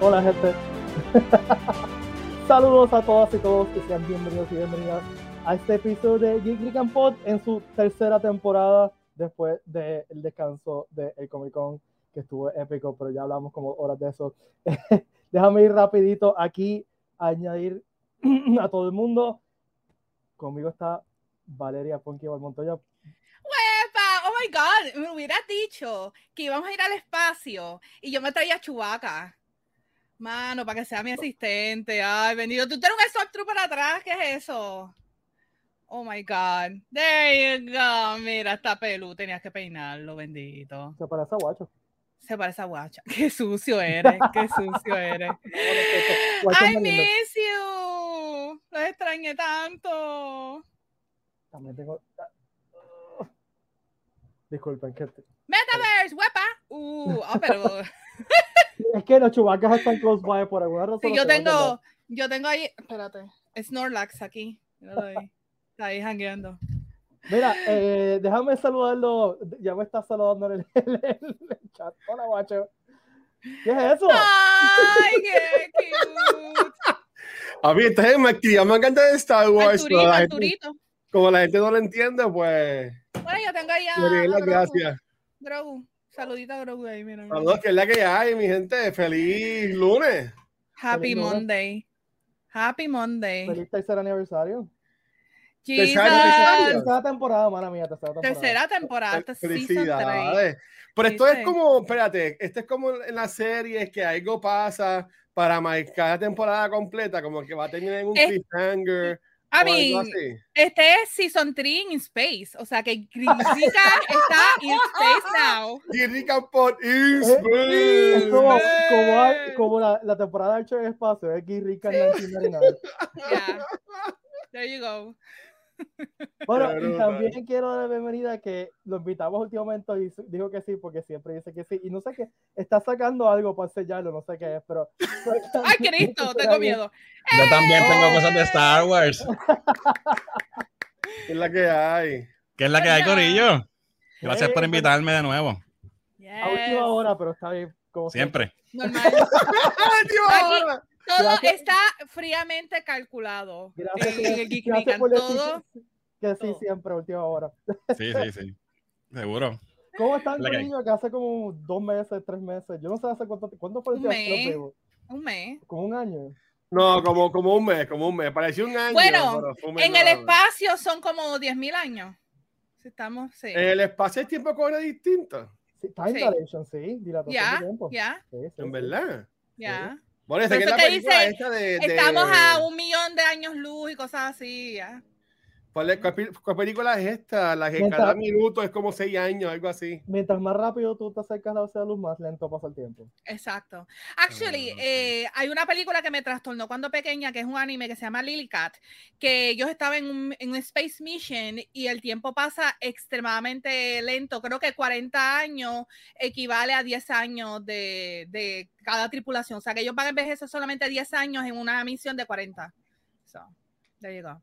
Hola, gente. Saludos a todas y todos que sean bienvenidos y bienvenidas a este episodio de Geek Geek and Pod en su tercera temporada después del descanso del Comic Con que estuvo épico, pero ya hablamos como horas de eso. Déjame ir rapidito aquí a añadir a todo el mundo. Conmigo está Valeria Ponky Montoya. ¡Huepa! ¡Oh my God! Me hubieras dicho que íbamos a ir al espacio y yo me traía a Chubaca. Mano, para que sea mi asistente. Ay, bendito. Tú tienes un Stormtrooper atrás, ¿qué es eso? Oh my God. There you go. Mira, está pelú. Tenías que peinarlo, bendito. Se parece a Guacho. Se parece a Guacha. Qué sucio eres, qué sucio eres. Guacho es I más lindo. miss you. Los extrañé tanto. También tengo. Ah. Disculpen, que Metaverse, huepa. Uh, ah, pero es que los chubacas están close by por alguna razón. si los yo tengo que tengo, yo tengo ahí, espérate, Snorlax aquí. Míralo ahí. Está ahí jangueando. Mira, eh, déjame saludarlo. Ya me está saludando en el, en el- en el chat. Hola, guacho. ¿Qué es eso? Ay, qué cute. A mí esta es una actividad me encanta de Star Wars. pero Arturito, la gente- Arturito. como la gente no lo entiende, pues. Bueno, yo tengo ahí a, le doy a las Grogu. gracias. Grogu. Saludito a Grogu ahí, mira. mira. Saludos, que es la que hay, mi gente. Feliz lunes. Happy Feliz lunes. Monday. Happy Monday. Feliz tercer aniversario. Jesus. Tercer aniversario. Tercera temporada, mala mía, tercera temporada. Tercera temporada. Ah, esta es season three. Felicidades. Pero esto ¿Viste? es como, espérate, esto es como en las series que algo pasa para marcar la temporada completa, como que va a terminar en un Es- cliffhanger. I o algo mean, así. este es season 3 in space. O sea que Grisita está in space now. Y Rick and Pod is Eh, back. Es como, Sí. como, hay- como la, la temporada de Archer en el Espacio, es que rica Yeah. There you go. Bueno, Claro, y también quiero dar la bienvenida que lo invitamos últimamente y su- dijo que sí, porque siempre dice que sí. Y no sé qué, está sacando algo para sellarlo, no sé qué es, pero. Ay, Cristo, tengo miedo. Yo también tengo cosas de Star Wars. Es la que hay. ¿Qué es la que hay, Corillo? Gracias por Eh, invitarme de nuevo. Yes. A última hora, pero está bien. Como Siempre. Normal. ¡Ay, Dios! Aquí- Todo Gracias. está fríamente calculado. Gracias, en el Geek gracias Nican, por decir todo. que sí todo. siempre, última hora. Sí, sí, sí. Seguro. ¿Cómo están, La que hay. niños? Que hace como dos meses, tres meses. Yo no sé hace cuánto, ¿cuánto fue el Un día que los mes. vimos? Un mes. Como un año. No, como, como un mes, como un mes. Pareció un año. Bueno, pero fue un mes En el nada más. espacio son como 10.000 años. Si estamos, sí. En el espacio el tiempo corre distinto, Sí, time Sí. dilation, sí, dilatación Ya, de tiempo. Ya, Sí, sí, en sí. verdad. ya. Bueno, esa Pero que es eso la que película dice, esta de, de- Estamos a Eh, un millón de años luz y cosas así. Ya. ¿Cuál, es- cuál pe- cuál película es esta? La que Mientras- cada minuto es como seis años, algo así. Mientras más rápido tú te acercas a la velocidad de luz, más lento pasa el tiempo. Exacto. Actually, Ah, ok. eh, hay una película que me trastornó cuando pequeña, que es un anime que se llama Lily Cat, que ellos estaban en un, en un space mission y el tiempo pasa extremadamente lento. Creo que 40 años equivale a 10 años de, de cada tripulación. O sea, que ellos van a envejecer solamente 10 años en una misión de 40. So, there you go.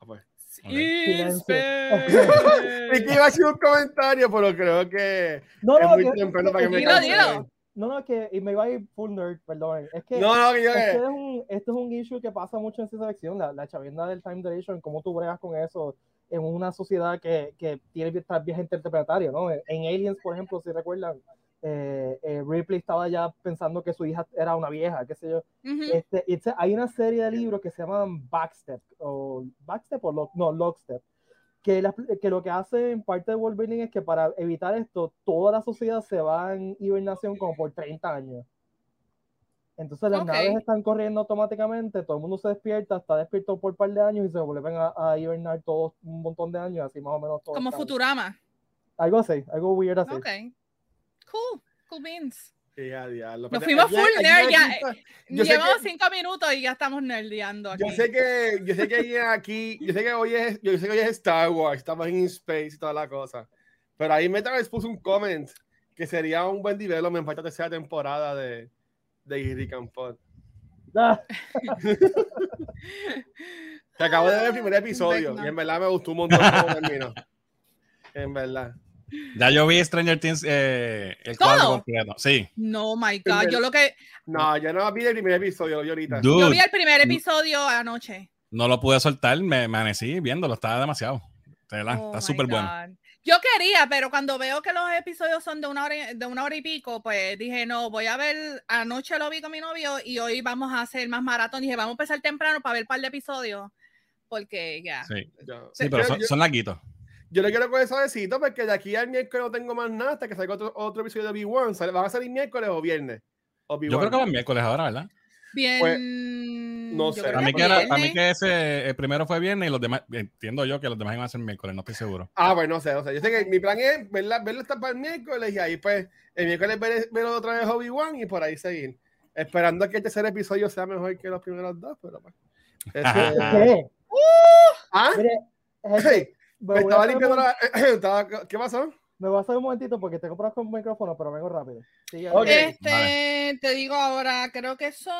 Ah, pues. Ok. In Silencio. space. Es que iba a hacer un comentario, pero creo que No, es no, muy que- temprano para que me Dilo, canse. dilo. no, no, que y me iba a ir full nerd, perdón. Es que No, no, que yo Este es un, esto es un issue que pasa mucho en ciencia ficción, la, la chavienda del time duration, cómo tú bregas con eso en una sociedad que, que tiene vi- tal viaje interplanetario, ¿no? En, en Aliens, por ejemplo, si recuerdan, eh, eh, Ripley estaba ya pensando que su hija era una vieja, qué sé yo. Ujú. Este, y este- hay una serie de libros que se llaman Backstep, o Backstep o Lock- no, Lockstep, que, la- que lo que hace en parte de Wolverine es que para evitar esto, toda la sociedad se va en hibernación como por 30 años. Entonces las Ok. naves están corriendo automáticamente, todo el mundo se despierta, está despierto por un par de años y se vuelven a, a hibernar todos un montón de años, así más o menos todo. Como estable. Futurama. Algo así, algo weird así. Ok. Cool. Cool beans. Sí, a diablo. Nos Pero fuimos ayer- full ayer nerd, ya, aquí está- Yo sé Llevamos que- cinco minutos y ya estamos nerdeando aquí. Yo sé que, yo sé que ayer aquí, yo sé que hoy es, yo sé que hoy es Star Wars, estamos en Space y toda la cosa. Pero ahí Metaverse puso un comment que sería un buen development para esta tercera temporada de, de Rick and Pod. Ah, Te acabo de ver el primer Ah, episodio Vecna. y en verdad me gustó un montón cómo terminó. En verdad. Ya yo vi Stranger Things eh, el ¿Todo? cuadro completo. Sí. No, my God. Yo lo que. No, yo no vi el primer episodio, lo vi ahorita. Yo vi Dude, Mm. el primer episodio anoche. no lo pude soltar, me me amanecí viéndolo, estaba demasiado. De verdad, Oh, Ah, está my súper bueno. God. Yo quería, pero cuando veo que los episodios son de una hora, y- de una hora y pico, pues dije, no, voy a ver, anoche lo vi con mi novio y hoy vamos a hacer más maratón. Dije, vamos a empezar temprano para ver un par de episodios, porque ya. Sí, Yo- sí pero yo, son, yo- son larguitos. yo le quiero coger suavecito porque de aquí al miércoles no tengo más nada hasta que salga otro, otro episodio de B1. Sale- ¿Van a salir miércoles o viernes? O Yo creo que B1. va el miércoles ahora, ¿verdad? Bien. Pues, no sé. Para mí, Creo que que era- para mí que ese el primero fue viernes y los demás, entiendo yo que los demás iban a ser miércoles, no estoy seguro. Ah, bueno, no sé, no sé. Yo sé que mi plan es verla, verla hasta para el miércoles y ahí pues el miércoles ver, ver otra vez Obi-Wan y por ahí seguir. Esperando que el tercer episodio sea mejor que los primeros dos, pero pues. Este, ¿Qué? ¿Ah? Mire, gente, Hey, me, me voy a estaba hacer un, limpiando la... estaba- ¿Qué pasó? me voy a hacer un momentito porque te compras con un micrófono, pero vengo rápido. Sigue Ok. ahí. Este, te digo ahora, creo que son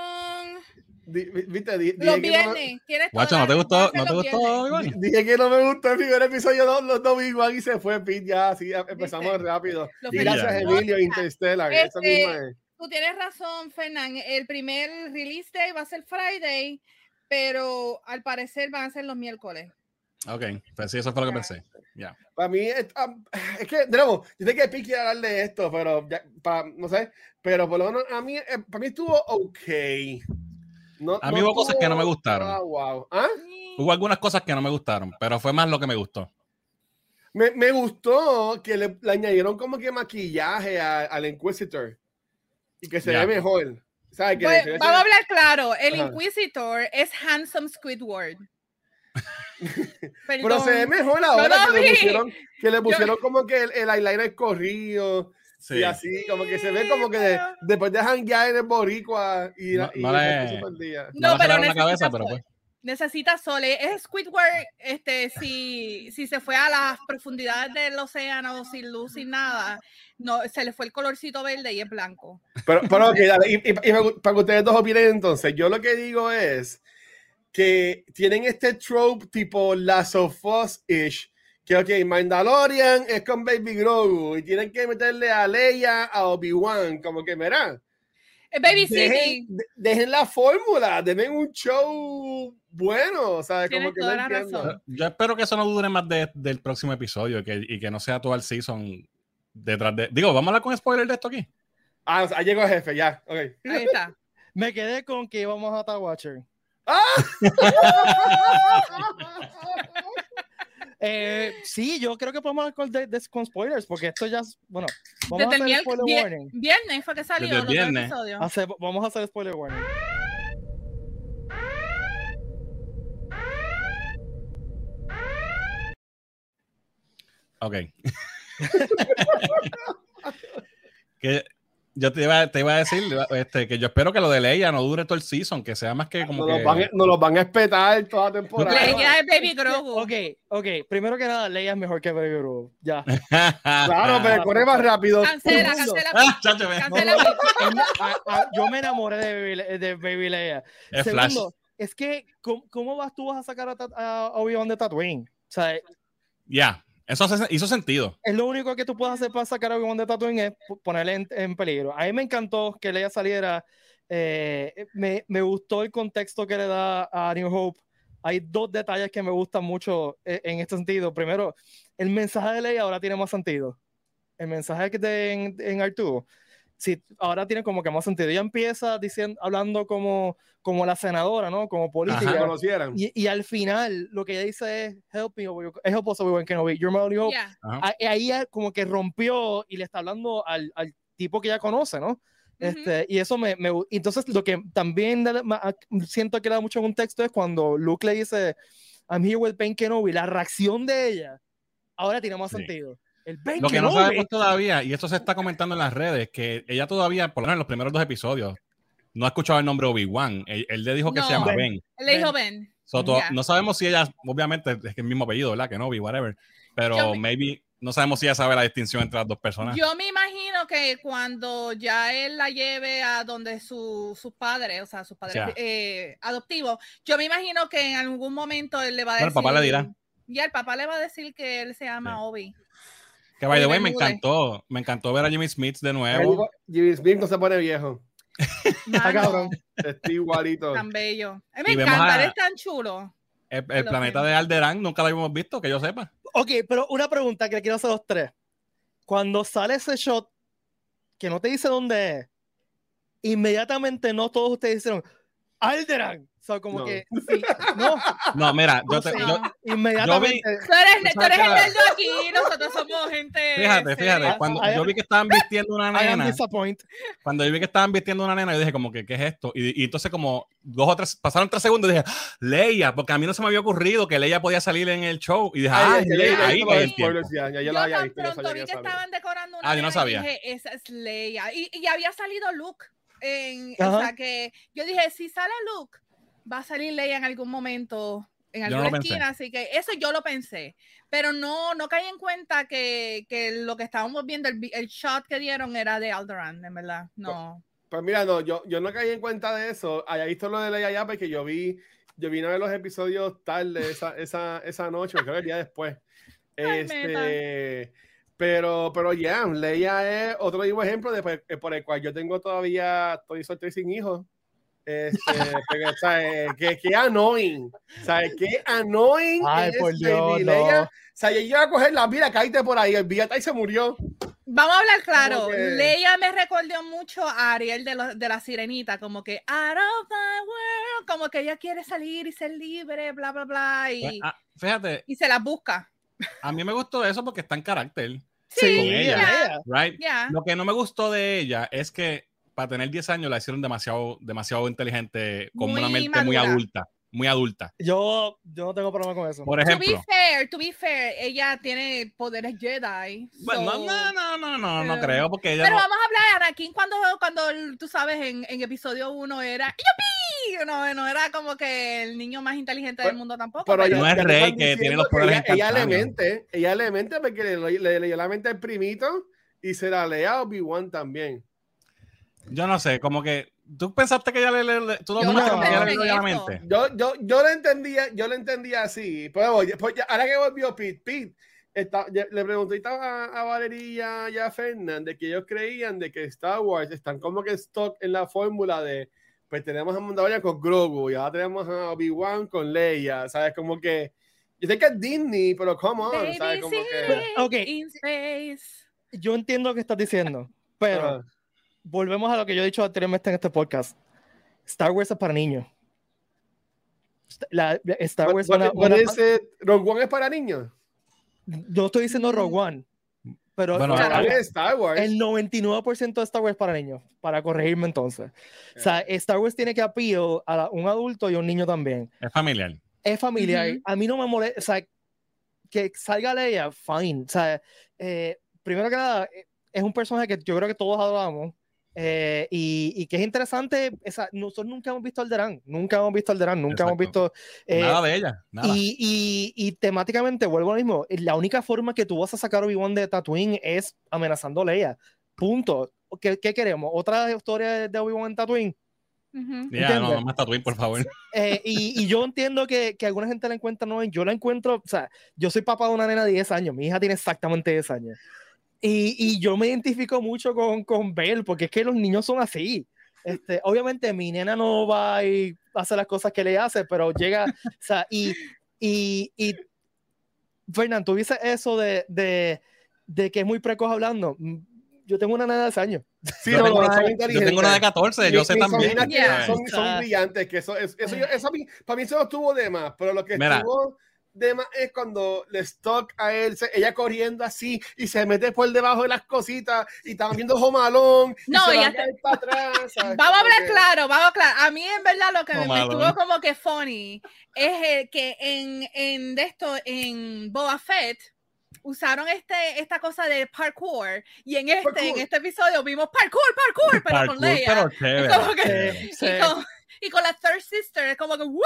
Di- vi- ¿Viste? Di- los dije que no me- viernes. ¿Quieres Guacho, todo? ¿no te Dale, gustó? vamos a ¿No hacer te los gustó, viernes. Iván? Dije que no me gustó el primer episodio de los dos igual y se fue Pete ya, así ya empezamos ¿Viste? rápido. Lo Y gracias felicito. Emilio Interstellar, esa Este, misma es. Tú tienes razón, Fernán. El primer release day va a ser Friday, pero al parecer van a ser los miércoles. Ok, pues sí, eso fue lo que Ya. pensé. Para mí es, am- es que, de nuevo, yo sé que Pete quiere hablar de esto, pero ya, pa- no sé, pero por lo menos a mí, eh, para mí estuvo ok. No- A mí hubo cosas que no me estuvo- gustaron. Ah, wow. ¿Ah? Hubo algunas cosas que no me gustaron, pero fue más lo que me gustó. Me, me gustó que le, le añadieron como que maquillaje a- al Inquisitor y que se Ya. ve mejor. ¿Sabes? Que Pues, se ve- vamos a hablar claro. El Ajá. Inquisitor es Handsome Squidward. Pero se ve Perdón. mejor ahora lo que, le vi. pusieron, que le pusieron como que el, el eyeliner corrido Sí. y así, como que se ve Sí, como que de- pero- después de janguear en el boricua y, No- y no el le- resto del día. No, No, pero me jalaron la cabeza, necesita pero pues. sol. Necesita sol. Es Squidward, este, si, si se fue a las profundidades del océano sin luz, sin nada, no, se le fue el colorcito verde y es blanco. Pero, pero ok, dale, y, y- y para que- para que ustedes dos opinen entonces, yo lo que digo es que tienen este trope tipo Last of Us-ish, que ok, Mandalorian es con Baby Grogu y tienen que meterle a Leia, a Obi-Wan, como que verán. Eh, Baby eh. City. dejen, de- dejen la fórmula, denme un show bueno, o sea, Tienes como que no toda la entiendo. razón. Yo espero que eso no dure más de- del próximo episodio y que, y que no sea todo el season detrás de. Digo, vamos a hablar con spoiler de esto aquí. Ah, o sea, ahí llegó el jefe, ya, ok. Ahí está. Me quedé con que íbamos a The Watcher. Eh, sí, yo creo que podemos hablar con, de- de- con spoilers, porque esto ya. es- Bueno, vamos Desde el a hacer miércoles. spoiler vie- warning. Viernes fue que salió Desde el los dos viernes. episodios. Hace- vamos a hacer spoiler warning. Ok. que yo te iba, te iba a decir este, que yo espero que lo de Leia no dure todo el season, que sea más que como. Nos Que, los, van, a- nos los van a espetar toda la temporada. La idea es Baby Grogu. Ok, ok. Primero que nada, Leia es mejor que Baby Groove. Ya. Claro, pero corre más rápido. Cancela, Segundo. cancela. Ah, chacho, me- No, cancela. no, no, a- a- yo me enamoré de Baby, Le- de Baby Leia. es Flash. Segundo, es que, ¿cómo, cómo vas tú vas a sacar a, Tat- a Obi-Wan de Tatooine? O sea, Ya. Eso hace- hizo sentido. es lo único que tú puedes hacer para sacar a Obi-Wan de Tatooine es po- ponerle en, en peligro. A mí me encantó que Leia saliera. eh, me, me gustó el contexto que le da a New Hope. Hay dos detalles que me gustan mucho eh, en este sentido. Primero, el mensaje de Leia ahora tiene más sentido. El mensaje que te en, en Arturo. Sí, ahora tiene como que más sentido. Ella empieza diciendo, hablando como, como la senadora, ¿no? Como Si política. la conocieran. Y, y al final, lo que ella dice es, help me, Obi-Wan- help us, Obi-Wan Kenobi. You're my only hope Ya. Ajá. a- Ah, eh, ahí ya como que rompió y le está hablando al, al tipo que ya conoce, ¿no? Este, Y eso me, me- Entonces, lo que también da- ma- a- siento que le da mucho contexto es cuando Luke le dice, I'm here with Ben Kenobi, la reacción de ella ahora tiene más Sí. sentido. El Ben Lo que no Kenobi. sabemos todavía, y esto se está comentando en las redes, que ella todavía, por lo menos en los primeros dos episodios, no ha escuchado el nombre Obi-Wan. Él, él le dijo que No. se llama Ben. Ben. Le dijo Ben. So, to- Ya. No sabemos si ella, obviamente, es que el mismo apellido, ¿verdad? Que no, whatever. Pero Yo me- maybe no sabemos si ella sabe la distinción entre las dos personas. Yo me imagino que cuando ya él la lleve a donde su- sus padres, o sea, sus padres Ya. eh, adoptivos, yo me imagino que en algún momento él le va a Bueno, el decir. papá le dirá. Ya, el papá le va a decir que él se llama Sí. Obi. Que by the Oye, way, me Bermúdez. encantó. Me encantó ver a Jimmy Smith de nuevo. Jimmy- Jimmy Smith no se pone viejo. Está Mano, cabrón. Está igualito. Tan bello. Ay, me Y vemos encanta, a- él es tan chulo. El, el Pero planeta bueno. de Alderaan nunca lo habíamos visto, que yo sepa. Ok, pero una pregunta que le quiero hacer a los tres. Cuando sale ese shot que no te dice dónde es, inmediatamente no todos ustedes dijeron Alderan. O sea, como No. que sí, no, No, mira, yo No te- sé. yo- inmediatamente. Tú eres, tú eres el Saca. deldo aquí, nosotros somos gente. fíjate, seria. fíjate. Cuando I am- yo vi que estaban vistiendo una I am nena, disappointed. cuando yo vi que estaban vistiendo una nena, yo dije como que, ¿qué es esto? Y, y entonces como dos o tres, pasaron tres segundos y dije, ¡Ah! Leia, porque a mí no se me había ocurrido que Leia podía salir en el show. Y dije, ah, Ay, es ya- ya- Leia, ya- ahí ya- va ya- el tiempo. Pues, spoilers, Ya, ya Yo lo había tan visto, ya pronto sabía vi que que sabía. estaban decorando una Ah, yo no nena, sabía. dije, esa es Leia. Y, y había salido Luke. en- Ajá. o sea que yo dije, si sale Luke, va a salir Leia en algún momento, en Yo no alguna lo pensé. esquina. Así que eso yo lo pensé. Pero no, no caí en cuenta que, que lo que estábamos viendo, el, vi- el shot que dieron era de Alderaan, en verdad. No. Pues mira, no, yo, yo no caí en cuenta de eso. Había visto lo de Leia ya porque yo vi, yo vine a ver los episodios tarde esa, esa, esa noche, creo que el día después. Ay, Este, pero, pero ya, Leia es otro vivo ejemplo de, por- por el cual yo tengo todavía, estoy soltero y sin hijos. Este, porque, o sea, eh, que, que annoying. O sea, que annoying Ay, es por Lady Dios, no. Leia. O sea, yo iba a coger la vida, caíste por ahí, olvídate y se murió. Vamos a hablar claro. Como que- Leia me recordó mucho a Ariel de, lo- de la sirenita, como que out of my world, como que ella quiere salir y ser libre, bla, bla, bla. Y, Pues, ah, fíjate, y se la busca. a mí me gustó eso porque está en carácter, Sí, con ella. ella. right? Ya. Lo que no me gustó de ella es que para tener 10 años la hicieron demasiado, demasiado inteligente, con Muy una mente muy madura. adulta, muy adulta. Yo, yo no tengo problema con eso. Por To be ejemplo, fair, to be fair, ella tiene poderes Jedi. bueno, so- no, no, no, no, no pero- creo porque ella Pero no- vamos a hablar, Anakin, cuando, cuando el- tú sabes, en, en episodio 1 era. "Yupi", No, no era como que el niño más inteligente del Pero- mundo tampoco. Pero pero- ya- No es ya te rey están que diciendo tiene los poderes ella, ella le instantáneos. mente, ella le mente porque le, le, le leyó la mente al primito y se la lea a Obi-Wan también. yo no sé, como que tú pensaste que ella le, le- le- tú lo Yo tomaste no como que ella le pensé leyó en la eso. mente. Yo, yo, yo lo entendía, yo lo entendía así. Pero oye, pues ya- ahora que volvió Pete, Pete está- ya- le pregunté ahorita a, a Valeria y a Fernan de que ellos creían de que Star Wars están como que stock en la fórmula de pues tenemos a Mandalorian con Grogu y ahora tenemos a Obi-Wan con Leia, ¿sabes? Como que yo sé que es Disney, pero come on, ¿sabes? Baby, Como sí, que... Ok. in space. Yo entiendo lo que estás diciendo, pero Ajá. volvemos a lo que yo he dicho anteriormente en este podcast. Star Wars es para niños. La- la- Star Wars es What- una- what- what una- is it? Rogue One es para niños. Yo estoy diciendo Rogue One, pero Bueno, Star Rogue One Wars- es Star Wars. el 99% de Star Wars es para niños, para corregirme entonces. O sea, Star Wars tiene que appeal a la- un adulto y un niño también. Es familiar. Es familiar. Ujú. A mí no me molesta, o sea, que salga Leia, fine. O sea, eh, primero que nada, eh, es un personaje que yo creo que todos adoramos eh, y, y que es interesante. o sea, nosotros nunca hemos visto Alderán, nunca hemos visto Alderán, nunca hemos Exacto. visto... eh, nada de ella, nada. y, y- y temáticamente, vuelvo a lo mismo, la única forma que tú vas a sacar a Obi-Wan de Tatooine es amenazando a Leia. Punto. ¿Qué, qué queremos? ¿Otra historia de- de Obi-Wan en Tatooine? Ujú. Ya, no, ¿entiendes? no más Tatooine, por favor. Eh, y, y yo entiendo que, que alguna gente la encuentra no, yo la encuentro, o sea, yo soy papá de una nena de 10 años, mi hija tiene exactamente 10 años. Y, y yo me identifico mucho con, con Bell, porque es que los niños son así. Este, obviamente mi nena no va y hace las cosas que le hace, pero llega, o sea, y, y, y Fernán, tú dices eso de, de, de que es muy precoz hablando. Mm, Yo tengo una nena de 10 años. Sí, yo, no, tengo no, una, son de- yo inteligentes. tengo una de 14, yo Mis- sé mis también. sobrinas Yeah. que Son, son Ah. brillantes, que eso, eso, eso, yo- eso a mí- para mí eso no estuvo de más, pero lo que Mira. estuvo de más es cuando le toca a él, se- ella corriendo así y se mete por debajo de las cositas y están viendo Jomalón. No, y se ella va a caer para atrás. Vamos a ¿sabes? Como hablar que- claro, vamos a hablar. A mí, en verdad, lo que No, me- me malo. estuvo como que funny es eh, que en, en de esto, en Boba Fett, usaron este, esta cosa de parkour. Y en este, en Parkour. este episodio vimos parkour, parkour, pero Parkour, con Leia. pero chévere. Eh, como que- Eh, chévere. y, con, y con la Third Sister, es como que ¡Woo!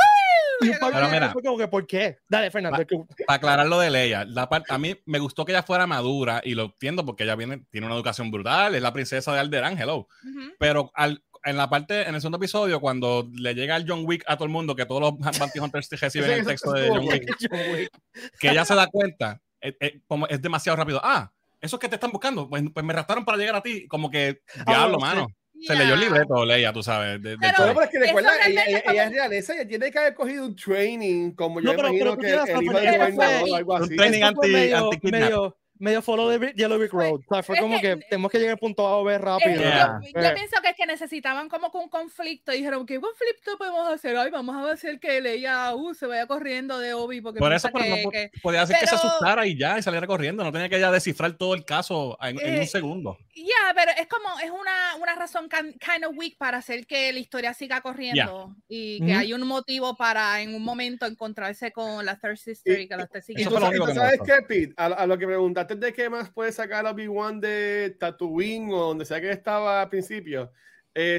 Y Yo un par de como Pero que- veces mira. fue como que, ¿por qué? Dale, Fernando. Va- que- Para aclarar lo de Leia, la par- a mí me gustó que ella fuera madura y lo entiendo porque ella viene, tiene una educación brutal, es la princesa de Alderaan, hello. Ujú. Pero al- en la parte, en el segundo episodio, cuando le llega el John Wick a todo el mundo, que todos los Bounty Hunters reciben Eso- el eso- texto eso de estuvo John Wick, bueno. John Wick. que ella se da cuenta, eh, eh, como es demasiado rápido, ah, Esos que te están buscando, pues, pues me arrastraron para llegar a ti. Como que, Ah, diablo, sí. mano. Se leyó el libreto, Leia, tú sabes. de- del Pero- Bueno, show. pero es que recuerda, Eso ella, realmente ella- fue- ella es realeza, ella tiene que haber cogido un training, como yo No, pero- imagino pero tú que tienes el razón, hijo del pero fue- gobernador o algo un así. training. Eso fue anti- medio, anti-kidnap. medio, medio follow the Bri- Yellow Brick Road. O sea, fue Es como que- que tenemos que llegar al punto A o B rápido. Es que Yeah. yo, yo Eh. pienso que es que necesitaban como que un conflicto. Y dijeron, ¿qué conflicto podemos hacer? Ay, vamos a hacer que Leia uh, se vaya corriendo de Obi. Porque Por piensa eso, pero no que- po- que- podía hacer que se pero- asustara y ya, y saliera corriendo. No tenía que ya descifrar todo el caso en, en Eh, un segundo. Ya, pero es como, es una, una razón can- kind of weak para hacer que la historia siga corriendo. Y que Ujú. hay un motivo para en un momento encontrarse con la Third Sister y que la esté Y Eso tú fue siguiendo. sabes- tú lo único que me sabes gustó. qué, Pete, a, a lo que preguntaste de qué más puede sacar a Obi-Wan de Tatooine o donde sea que estaba al principio,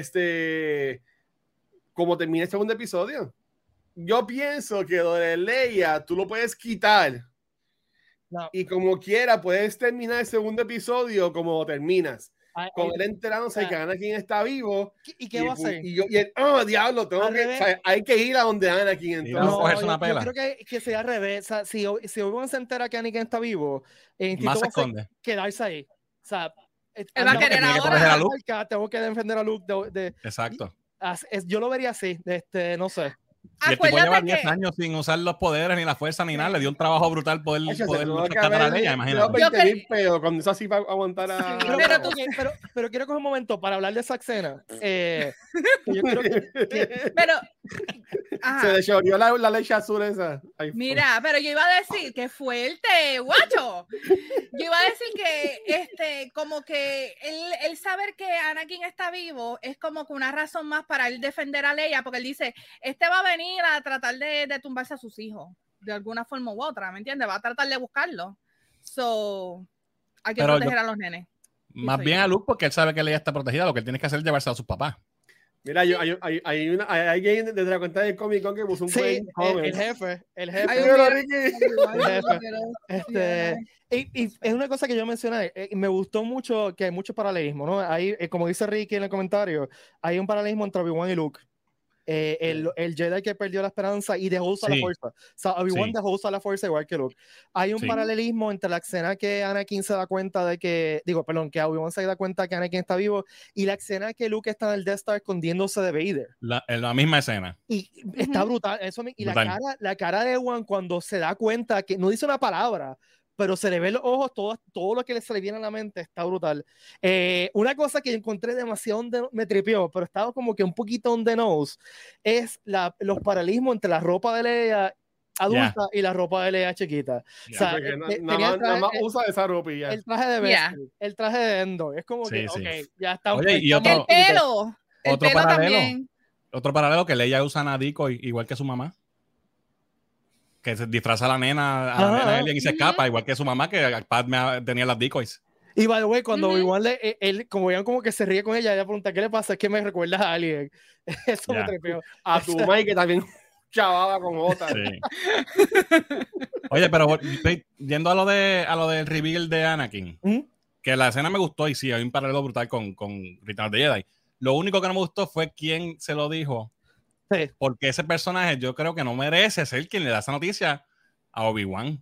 este, como termina el segundo episodio, yo pienso que lo de Leia tú lo puedes quitar No. y como quiera puedes terminar el segundo episodio como lo terminas, Ay, con él enterándose Ah. que Anakin está vivo ¿Y qué va a hacer? y yo, y él, oh, diablo, tengo Al que, revés. o sea, hay que ir a donde Anakin Sí, entonces. Vamos a No, cogerse yo, una yo pela. creo que, que sea al revés. O sea, si, Obi- si Obi-Wan se entera que Anakin está vivo, el instinto Más se va a ser esconde. quedarse ahí. O sea, eh, es- Él va a anda- querer Tiene que ahora. proteger a Luke. Marca, Tengo que defender a Luke. de- de- Exacto. as- es- yo lo vería así. Este, no sé. Y el tipo lleva Acuérdate 10 que años sin usar los poderes, ni la fuerza, ni nada. Le dio un trabajo brutal poder, Ay, yo sé, poder tuvo que rescatar a haber- Leia, tuvo imagínate. Yo 20.000 creo- pesos, cuando eso así va a aguantar a. Sí, Pero, pero pero, tú- ok, pero- pero quiero coger un momento para hablar de esa escena. Eh, que yo creo que- Pero. Se Ajá. le llorió la, la leche azul esa. Ay, fue. Mira, pero yo iba a decir que fuerte, guacho. Yo iba a decir que, este, como que el, el saber que Anakin está vivo es como que una razón más para él defender a Leia, porque él dice, este va a venir a tratar de, de tumbarse a sus hijos, de alguna forma u otra, ¿me entiendes? Va a tratar de buscarlo. So, hay que Pero yo- proteger a los nenes. Más soy bien yo. a Luke, porque él sabe que Leia está protegida. Lo que él tiene que hacer es llevarse a sus papás. Mira, yo, hay, hay, hay, una, hay alguien desde la cuenta de Comic Con que puso un sí, buen el, eh, comment. el jefe. El Hay jefe. un- Dímelo, Ricky. Este, y, y es una cosa que yo mencioné, eh, y me gustó mucho que hay mucho paralelismo, ¿no? Hay, eh, como dice Ricky en el comentario, hay un paralelismo entre Obi-Wan y Luke. Eh, el, el Jedi que perdió la esperanza y dejó usar la Sí. fuerza. O sea, Obi-Wan Sí. dejó usar la fuerza igual que Luke. Hay un Sí. paralelismo entre la escena que Anakin se da cuenta de que, digo, perdón, que Obi-Wan se da cuenta que Anakin está vivo y la escena que Luke está en el Death Star escondiéndose de Vader. La, en la misma escena. Y está brutal. Eso, me- y la Brutal. cara, la cara de Juan cuando se da cuenta que no dice una palabra, pero se le ven los ojos, todo, todo lo que le- se le viene a la mente está brutal. Eh, una cosa que encontré demasiado, on the- me tripió, pero estaba como que un poquito on the nose, es la, los paralismos entre la ropa de Leia adulta y la ropa de Leia chiquita. Ya. O sea, Porque eh, na- te- nada tenía más- el traje- nada más el- eh, usa esa ropa y ya. el traje de Beskid, Yeah. el traje de Endor. Es como que, Sí, sí. ok, ya está. Oye, y está- Y el otro- pelo. El otro pelo paralelo. también. Otro paralelo que Leia usa a Dico i- igual que su mamá. Que se disfraza a la nena, a la Ajá. nena alien y se Ujú. escapa, igual que su mamá, que Padme ah, tenía las decoys. Y by the way, cuando Ujú. Obi-Wan le, eh, él, como vean como que se ríe con ella, ella pregunta, ¿qué le pasa? Es que me recuerdas a alguien. Eso me Ya. trepeó. A tu Mike que también chavaba con otra. Sí. Oye, pero vol- estoy yendo a lo de a lo del reveal de Anakin, Ujú. que la escena me gustó y sí, hay un paralelo brutal con, con Return of the Jedi. Lo único que no me gustó fue quién se lo dijo, Sí. porque ese personaje yo creo que no merece ser quien le da esa noticia a Obi-Wan.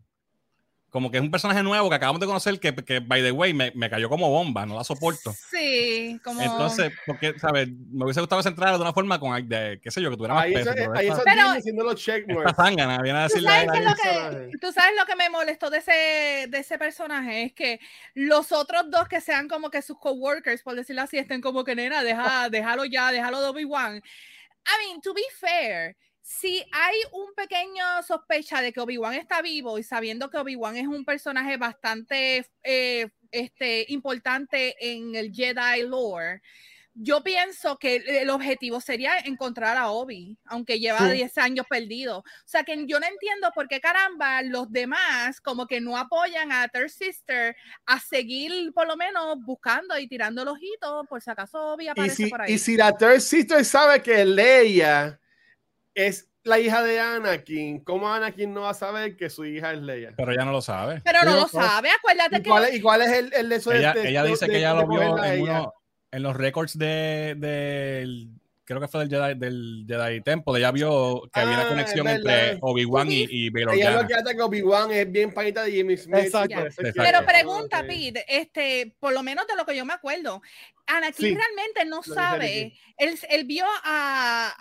Como que es un personaje nuevo que acabamos de conocer que, que, by the way, me, me cayó como bomba, no la soporto. Sí, como. Entonces, porque, ¿sabes? Me hubiese gustado centrarla de una forma con, al- de, qué sé yo, que tuviera más Ahí peso. eso, pero ahí esta- eso Pero- tiene haciendo los esta checkmarks. zángana viene a ¿Tú decirle a sabes, él qué es ahí. lo personaje. que, tú sabes lo que me molestó de ese, de ese personaje es que los otros dos que sean como que sus coworkers, por decirlo así, estén como que nena, deja, déjalo ya, déjalo de Obi-Wan. I mean, to be fair, si hay un pequeño sospecha de que Obi-Wan está vivo y sabiendo que Obi-Wan es un personaje bastante eh, este, importante en el Jedi lore, yo pienso que el- el objetivo sería encontrar a Obi, aunque lleva Sí. 10 años perdido. O sea, que yo no entiendo por qué caramba los demás como que no apoyan a Third Sister a seguir por lo menos buscando y tirando el ojito por si acaso Obi Y aparece si, por ahí. y si la Third Sister sabe que Leia es la hija de Anakin, ¿cómo Anakin no va a saber que su hija es Leia? Pero ya no lo sabe. Pero no Digo, lo ¿cómo- sabe, acuérdate ¿Y que cuál, es- y cuál es el, el eso de- ella, de- ella dice de- que ella de lo vio cogerla a en, ella? uno- en los récords de, del- creo que fue del Jedi, del Jedi Temple, ella vio que había Ah, una conexión es verdad. entre Obi-Wan y, y Bail Ella Organa. lo que hace con Obi-Wan es bien panita de Jimmy Smith. Exacto. por eso es que- Pero pregunta, Ok. Pete, este, por lo menos de lo que yo me acuerdo, Anakin Sí. realmente no dice sabe. Ricky. Él, él vio a,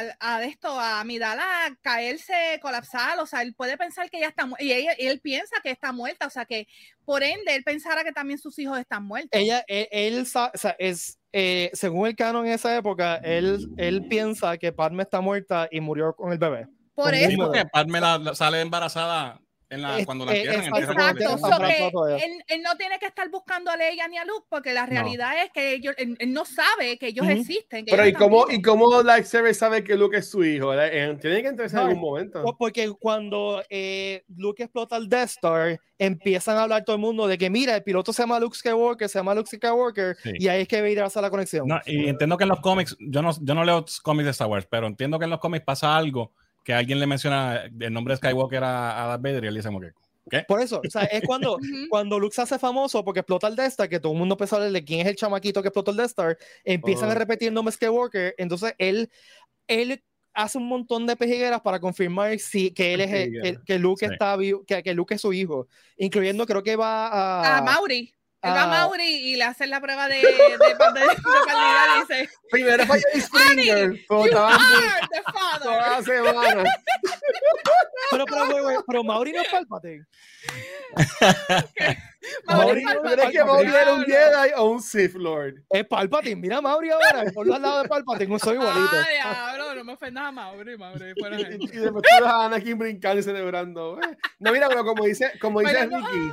a, a esto, a Midala caerse, colapsar, o sea, él puede pensar que ella está mu- y ella- y él piensa que está muerta, o sea, que por ende él pensara que también sus hijos están muertos. Ella, él, él sa- o sea, es, eh, según el canon en esa época, él, él piensa que Padme está muerta y murió con el bebé. Por Sí, eso. Sí, porque Padme la- la- sale embarazada en la, Es- cuando la eh, entierran. exacto, entierran tiene Exacto, un con- so que abrazo todavía. él, él no tiene que estar buscando a Leia ni a Luke, porque la realidad es que ellos, él, él no sabe que ellos Ujú. existen. que Pero ellos ¿y están cómo, vivos. ¿y cómo Lightsaber sabe que Luke es su hijo? Eh, eh, Tiene que enterarse en No, algún momento. O- Porque cuando eh, Luke explota el Death Star, empiezan a hablar todo el mundo de que, mira, el piloto se llama Luke Skywalker, se llama Luke Skywalker, Sí. y ahí es que Vader hace la conexión. No, y entiendo que en los cómics, yo no, yo no leo cómics de Star Wars, pero entiendo que en los cómics pasa algo que alguien le menciona el nombre de Skywalker a, a Darth Vader y él dice como que, ¿qué? Por eso, o sea, es cuando, Ujú. cuando Luke se hace famoso porque explota el Death Star, que todo el mundo empieza a hablar de quién es el chamaquito que explotó el Death Star, empiezan Oh. a repetir el nombre Skywalker, entonces él, él hace un montón de pejigueras para confirmar si, que él es el- Pejigueras. que- que Luke Sí. está vivo, que, que Luke es su hijo, incluyendo creo que va a... Ah. a Mauri. Él va a ah. Mauri y le hacen la prueba de, de, de, de paternidad y dice, Primero fue Jerry Springer, como You estaban are the father. toda la semana. Pero, pero, güey, güey, pero Mauri no es Palpatine. Mauri Mauri, Mauri, Palpatine. ¿Crees que Mauri era un Diablo. Jedi o un Sith Lord? Es Palpatine, mira a Mauri ahora, ponlo al lado de Palpatine, un soy igualito. Ah, diablo, no me ofendas a Mauri, Mauri. fuera Y gente. y después tú ves a Anakin brincando y celebrando. eh. No, mira, pero como dice, como dice Bailando, Ricky,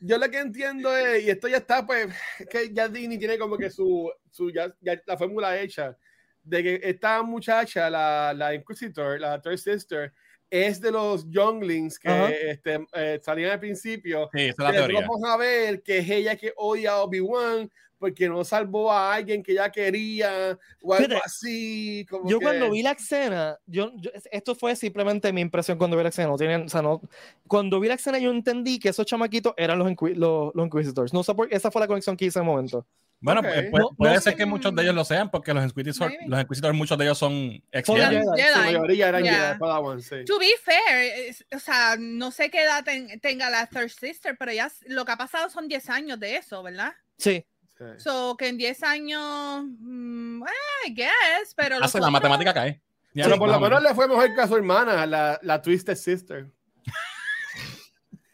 yo lo que entiendo es, y esto ya está, pues, que ya Disney tiene como que su, su ya, ya la fórmula hecha, de que esta muchacha, la, la Inquisitor, la Third Sister, es de los Younglings que Ajá. este, eh, salían al principio, Sí, esa es la pero tú teoría. vamos a ver que es ella que odia a Obi-Wan porque no salvó a alguien que ella quería o algo Fíjate, así. Como Yo que- cuando vi la escena, yo, yo- es- esto fue simplemente mi impresión cuando vi la escena. no tienen- o sea, no- cuando vi la escena yo entendí que esos chamaquitos eran los, inqui- los, los Inquisitors. No sé por- esa fue la conexión que hice en el momento. Bueno, Ok. pues, puede, No- puede no ser sé- que muchos de ellos lo sean, porque los Inquisitors, Maybe. los Inquisitors muchos de ellos son ex Son Jedi. Jedi. Sí, la mayoría eran Yeah. Jedi Padawan, sí. To be fair, es- o sea, no sé qué edad ten- tenga la Third Sister, pero ya s- lo que ha pasado son 10 años de eso, ¿verdad? Sí, Sí. So, que en 10 años, mm, eh, I guess, pero... los Hace la otros- matemática cae. Ya, Pero por lo vamos. menos le fue mejor que a su hermana, la, la Twisted Sister.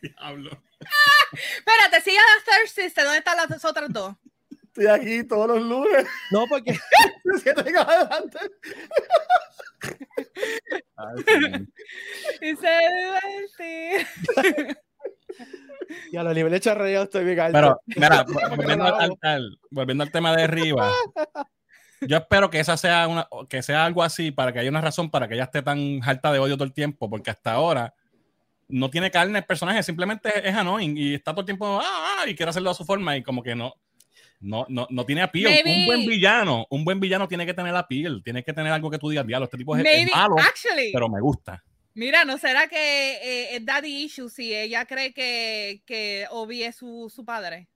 Diablo. Espérate, sigue a la Third Sister, ¿dónde están las otras dos? Estoy aquí todos los lunes. no porque que tengo adelante. Ay, sí. Y se divierte. y a los niveles charreados estoy bien alto. Pero, mira, volviendo la al, hago. al- volviendo al tema de Riva, yo espero que esa sea una, que sea algo así para que haya una razón para que ella esté tan harta de odio todo el tiempo, porque hasta ahora no tiene carne el personaje, simplemente es- es annoying y está todo el tiempo ah, ah", y quiere hacerlo a su forma y como que no. No, no, no tiene appeal. Maybe- Un buen villano, un buen villano tiene que tener appeal, tiene que tener algo que tú digas, diablo, este tipo es, es Maybe, malo, actually, pero me gusta. Mira, ¿no será que eh, es daddy issue si ella cree que, que Obi es su, su padre?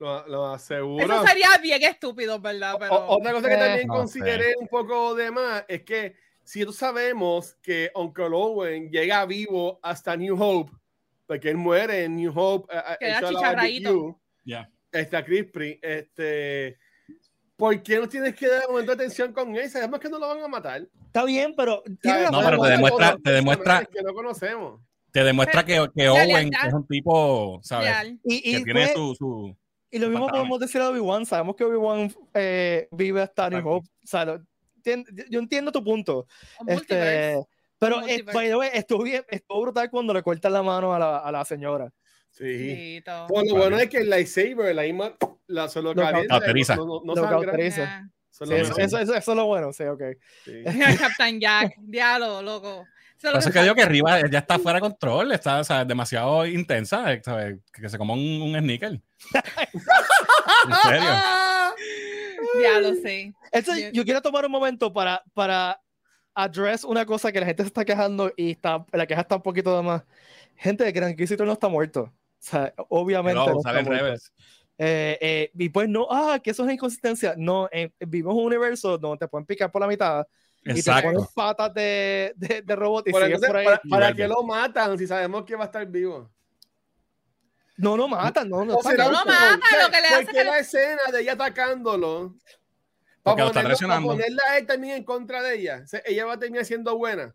Lo, lo aseguro. Eso sería bien estúpido, ¿verdad? Pero... O- otra cosa que Eh, también no consideré un poco de más es que si tú sabemos que Uncle Owen llega vivo hasta New Hope, porque él muere en New Hope, eh, eh, Queda hecho a la chicharraíto. barbecue, Ya. está Crispy, este, ¿por qué no tienes que dar un momento de atención con él? Sabemos que no lo van a matar. Está bien, pero tiene ¿Sabes? una No, pero te buena- demuestra- Otros te demuestra- personajes que no conocemos. Te demuestra que, que Owen lealtad. es un tipo, ¿sabes? Real. y, Que y tiene fue- su- su, y lo mismo pantalones. podemos decir de Obi-Wan. Sabemos que Obi-Wan eh, vive hasta New Exacto. Hope. O sea, lo- tien- yo entiendo tu punto. Un multiverse. Este, pero Un eh, multiverse. by the way, estuvo, bien- estuvo brutal cuando le cortan la mano a la, a la señora. Sí. Sí, todo. Pues lo bueno es que el lightsaber, la misma, la solo Lo calienta, cauteriza. No, no, no Lo sangra, cauteriza. eso. Ah. solo Sí, eso, calienta, eso- eso- eso es lo bueno, sí, ok. sí. Captain Jack, diablo, loco. Eso es Por lo eso es que digo que arriba ya está fuera de control, está o sea, demasiado intensa, eh, ¿sabes? que que se coma un, un sneaker. en serio. Diablo, sí. Entonces, Bien. yo quiero tomar un momento para, para address una cosa que la gente se está quejando y está, la queja está un poquito de más. Gente, el Gran Inquisitor no está muerto. O sea, obviamente. Hello, no está sale en muerto. Rebels. Eh, eh, y pues no, ah, que eso es una inconsistencia. No, eh, vivimos un universo donde te pueden picar por la mitad y te ponen Exacto. patas de, de, de robot y Pero sigues entonces, por ahí. ¿Para, Y para vuelve. qué lo matan si sabemos que va a estar vivo? No, no matan, no, no, O está será claro. no un- mata, ¿por lo que le hace ¿Por que qué la escena de ella atacándolo? Porque lo está ponerlo- traicionando. para ponerla a él también en contra de ella. O sea, ella va a terminar siendo buena.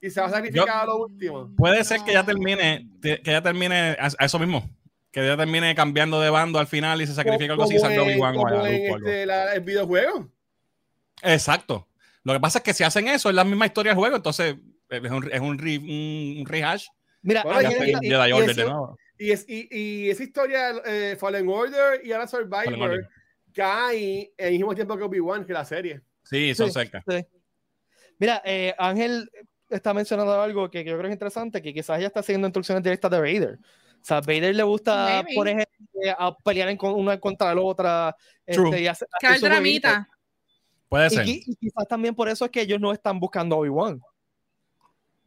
Y se va a sacrificar a lo último. Puede ser que ya No. termine, te- que ya termine a, a eso mismo. Que ya termine cambiando de bando al final y se sacrifica algo así y Como salga en- Obi-Wan o como a la luz en o algo. este, la- el videojuego. Exacto. Lo que pasa es que si hacen eso, es la misma historia del juego, entonces eh, es un, es un, re- un- un rehash. Mira, Bueno, ahí Ya y- está es- en y- Jedi y Order eso- de nuevo. Y, es, y, y esa historia, eh, Fallen Order y ahora Fallen Survivor, Order. cae en el mismo tiempo que Obi-Wan, que la serie. Sí, son Sí. cerca. Mira, eh, Ángel está mencionando algo que yo creo que es interesante, que quizás ella está siguiendo instrucciones directas de Vader. O sea, Vader le gusta Maybe. por ejemplo, eh, a pelear en con- una contra la otra. True. este, y hace- hacer Cada su jueguito. dramita. Puede Y, ser. qui- y quizás también por eso es que ellos no están buscando a Obi-Wan.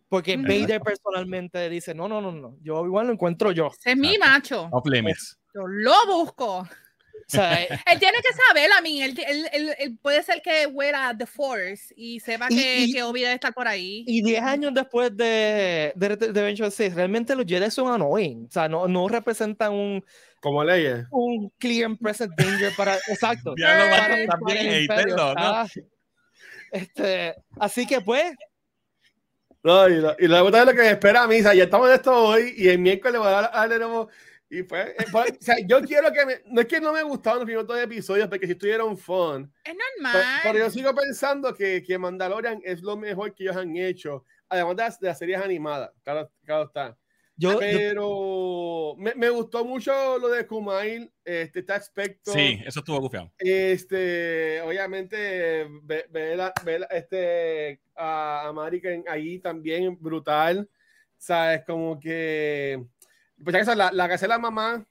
Porque Ujú. Vader personalmente dice, no, no, no, no, yo a Obi-Wan lo encuentro yo. Ese es mi macho. Off limits. Yo lo busco. O sea, eh, Él tiene que saber, a mí. Él, él- él- él puede ser que huela a The Force y sepa Y- que, y- que Obi debe estar por ahí. y 10 años después de, de, de Venture 6, realmente los Jedi son annoying. O sea, no, no representan un, Como leyes. un clear and present danger para... Exacto. Ya lo Para- mataron para también, el imperio. edítenlo, ¿no? Ah, este, así que pues, No, y, lo, y lo de verdad es lo que me espera a mí. o sea, ya estamos en esto hoy y el miércoles va a dar a nuevo. Y pues, eh, pues, o sea, yo quiero que. me- no es que no me gustaron los primeros dos episodios, porque si estuvieron fun. Es Pero, normal. pero yo sigo pensando que, que Mandalorian es lo mejor que ellos han hecho. Además de las, de las series animadas. Claro, claro está. yo, eh. yo- Pero me, me gustó mucho lo de Kumail. Este, este aspecto. Sí, eso estuvo gufiado. Este, obviamente, ve, ve la- ve la- este, a, a Mari que en- ahí también, brutal. ¿Sabes? Como que. Pues ya que esa- la, la que hace la mamá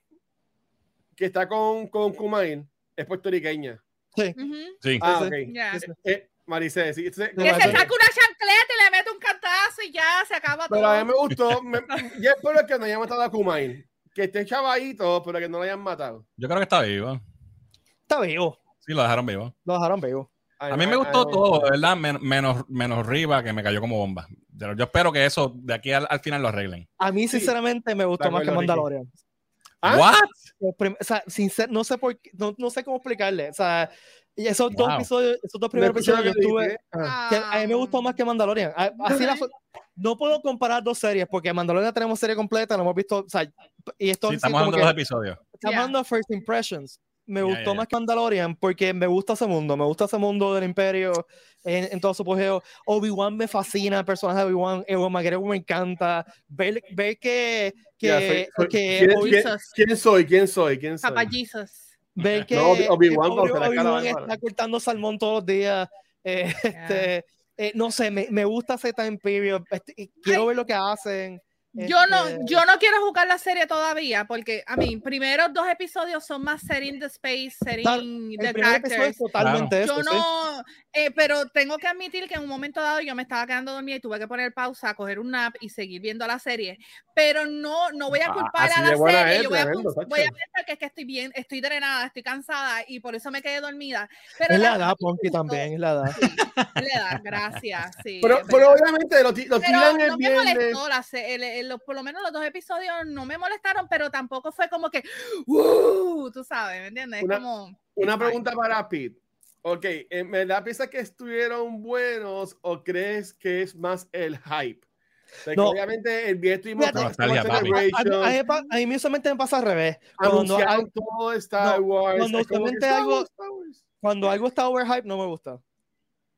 que está con, con Kumail es puertorriqueña. Ujú, Sí. Ah, sí. ok. ya. Eso. Eh, Maricé, sí. entonces, No, Que no, se no. saca una chancleta y le mete un cantazo y ya se acaba Pero a mí todo. me gustó. me- yo espero que no hayan matado a Kumail. Que esté chavadito, pero que no lo hayan matado. Yo creo que está vivo. está vivo, Sí, lo dejaron vivo. lo dejaron vivo. A mí me gustó todo, eh. de ¿verdad? Men- menos, menos Riva, que me cayó como bomba. Pero yo espero que eso de aquí al, al final lo arreglen. A mí, Sí. sinceramente, me gustó De más que acuerdo, Ricky. Mandalorian. ¿Ah? ¿What? Los prim- o sea, sincer- no, sé por qué- no, no sé cómo explicarle. O sea, y esos dos Wow. episodios, esos dos Me primeros escucharon episodios yo que lo estuve. dije. Ah. que a mí me gustó más que Mandalorian. A- Así la- Ok. no puedo comparar dos series porque Mandalorian tenemos serie completa, no hemos visto. O sea, y esto Sí, sí, estamos como hablando que- de los episodios. Estamos Yeah. hablando de First Impressions. Me Ya, gustó ya, ya. más que Mandalorian porque me gusta ese mundo, me gusta ese mundo del imperio en, en todo su apogeo. Obi-Wan me fascina, el personaje de Obi-Wan, eh, Ewan McGregor me encanta. Ver, ver que, que, Ya, soy- soy- que ¿quién- Obi- quién- Ah. Jesus. ¿Quién soy? ¿Quién soy? ¿Quién soy? Papá Jesus. ver que No, Obi- Obi-Wan que cuando se le Obi- cae la Obi-Wan barba. está cortando salmón todos los días. eh, este, eh, no sé, me, me gusta Z Imperio. este, y quiero Ay. ver lo que hacen. Yo este, no, yo no quiero jugar la serie todavía porque a mí primeros dos episodios son más setting the space, Claro, setting El the primer episodio characters. es totalmente eso. Yo sí. no, eh, pero tengo que admitir que en un momento dado yo me estaba quedando dormida y tuve que poner pausa, coger un nap y seguir viendo la serie. Pero no, no voy a Ah, culpar así a la de buena serie. es, yo voy a, tremendo, cul- voy a Sacha. pensar que es que estoy bien, estoy drenada, estoy cansada y por eso me quedé dormida. Pero es la la- edad, Ponky, también, es la edad. le da gracias. Sí, Pero, es pero verdad. obviamente lo, ti- lo Pero tiran el no me viernes. molestó, la se- el- el- los- por lo menos los dos episodios no me molestaron, pero tampoco fue como que, "Uh", tú sabes, ¿me entiendes? Es Una- como, Una pregunta para Pete. Ok, eh, ¿en verdad piensas que estuvieron buenos o crees que es más el hype? Porque No. obviamente el viernes tuvimos Fíjate, Star Wars Nostalgia, papi. A, Celebration, a- a mí, me pa- a mí usualmente me pasa al revés. Cuando, anunciaron al- todo Star no, Wars. cuando es como que, usualmente Star algo- Wars, Star Wars. cuando algo está overhyped, no me gusta.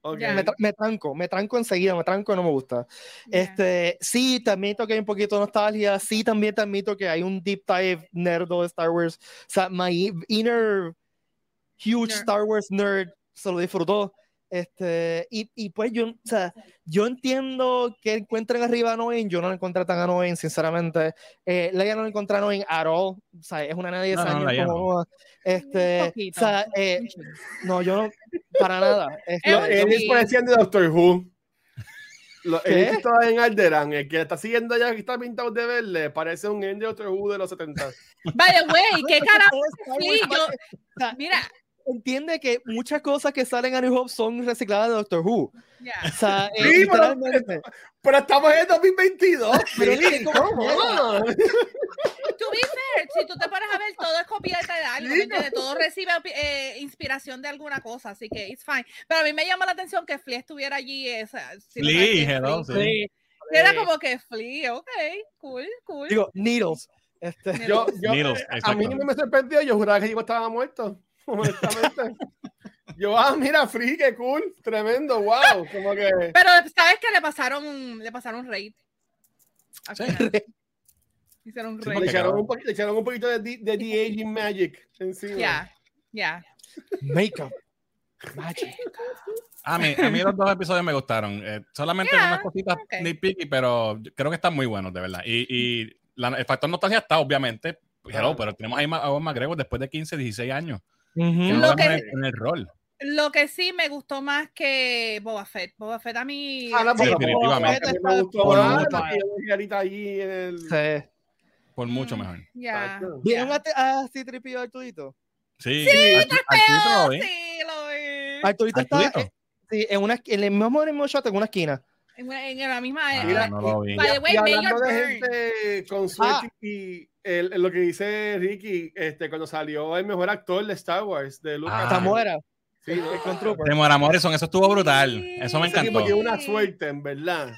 Ok. Ya. Me, tra- me tranco, me tranco enseguida, me tranco y no me gusta. Este, sí, te admito que hay un poquito de nostalgia. Sí, también te admito que hay un deep dive nerdo de Star Wars. O sea, my inner huge Nerd. Star Wars nerd se lo disfrutó. Este, y, y pues yo, o sea, yo entiendo que encuentren arriba a Noen. Yo no la encontré tan a Noen, sinceramente. Eh, Leia no la encontré a Noen at all. O sea, es una nena de 10 No, no, años Leia como no. Noah. Este, Un o poquito. sea, eh, no, yo no, para nada. Es Es lo- un yo- Él es Sí. parecían de Doctor Who. Lo- ¿Qué? el que está en Alderan, el que está siguiendo allá, que está pintado de verde, parece un Angel otro Who de los 70. By the way, ¿qué carajo? Todo Star Wars Sí, yo- está- Mira, entiende que muchas cosas que salen a New Hope son recicladas de Doctor Who. O ya. sea, eh, Sí, pero- literalmente. Pero estamos en 2022. Pero es que sí, como come quiera. on. To be fair, si tú te pones a ver, todo es copieta de algo, ¿me entiendes? Todo recibe eh, inspiración de alguna cosa, así que it's fine. Pero a mí me llama la atención que Flea estuviera allí. Esa, si no Flea, sabes quién es hello, Flea. sí. Era como que Flea, ok, cool, cool. Digo, Needles. Este, Yo, yo- eh, Needles, a mí exacto. no me sorprendió, yo juraba que Diego estaba muerto. Honestamente. Yo, ah, mira, Free, qué cool, tremendo, wow. Como que. Pero sabes que le pasaron, le pasaron raid. Al Sí. final. Hicieron un Sí, Le raid. echaron, un poquito, le echaron un poquito de, de, de aging magic encima. Ya, ya. makeup. Magic. A mí, a mí los dos episodios me gustaron. Eh, solamente Yeah, unas cositas ok. nitpicky, pero yo creo que están muy buenos, de verdad. Y, y la- el factor nostalgia está, obviamente. Ah. Hello, pero tenemos ahí ma- a Bob McGregor después de 15, 16 años. que Ujú. no Lo está en, que- el, en el rol. Lo que sí me gustó más que Boba Fett. Boba Fett a mí. Ah, no, Sí, porque definitivamente. a mí me gustó Por más mucho. la que yo dije ahorita allí en el. Sí. Por mucho Mm, mejor. Ya. ¿Vieron ya. a, a C-3PO Arturito? Sí, Artu- Arturito lo vi. Sí, lo vi. Arturito está Arturito. eh, sí, en, una, esqui- en el mismo, en el mismo shot, en una esquina. En, una- en la misma. Ah, era- no lo vi. By the way, y Este Mayor hablando de Burn. gente con suerte Ah. y el- el- lo que dice Ricky, este, cuando salió el mejor actor de Star Wars, de Lucas. Ah. Está muera. Sí, eh, El Clone Trooper. De Mora Morrison, eso estuvo brutal. Eso me Ese ese tipo encantó. tiene una suerte, en verdad.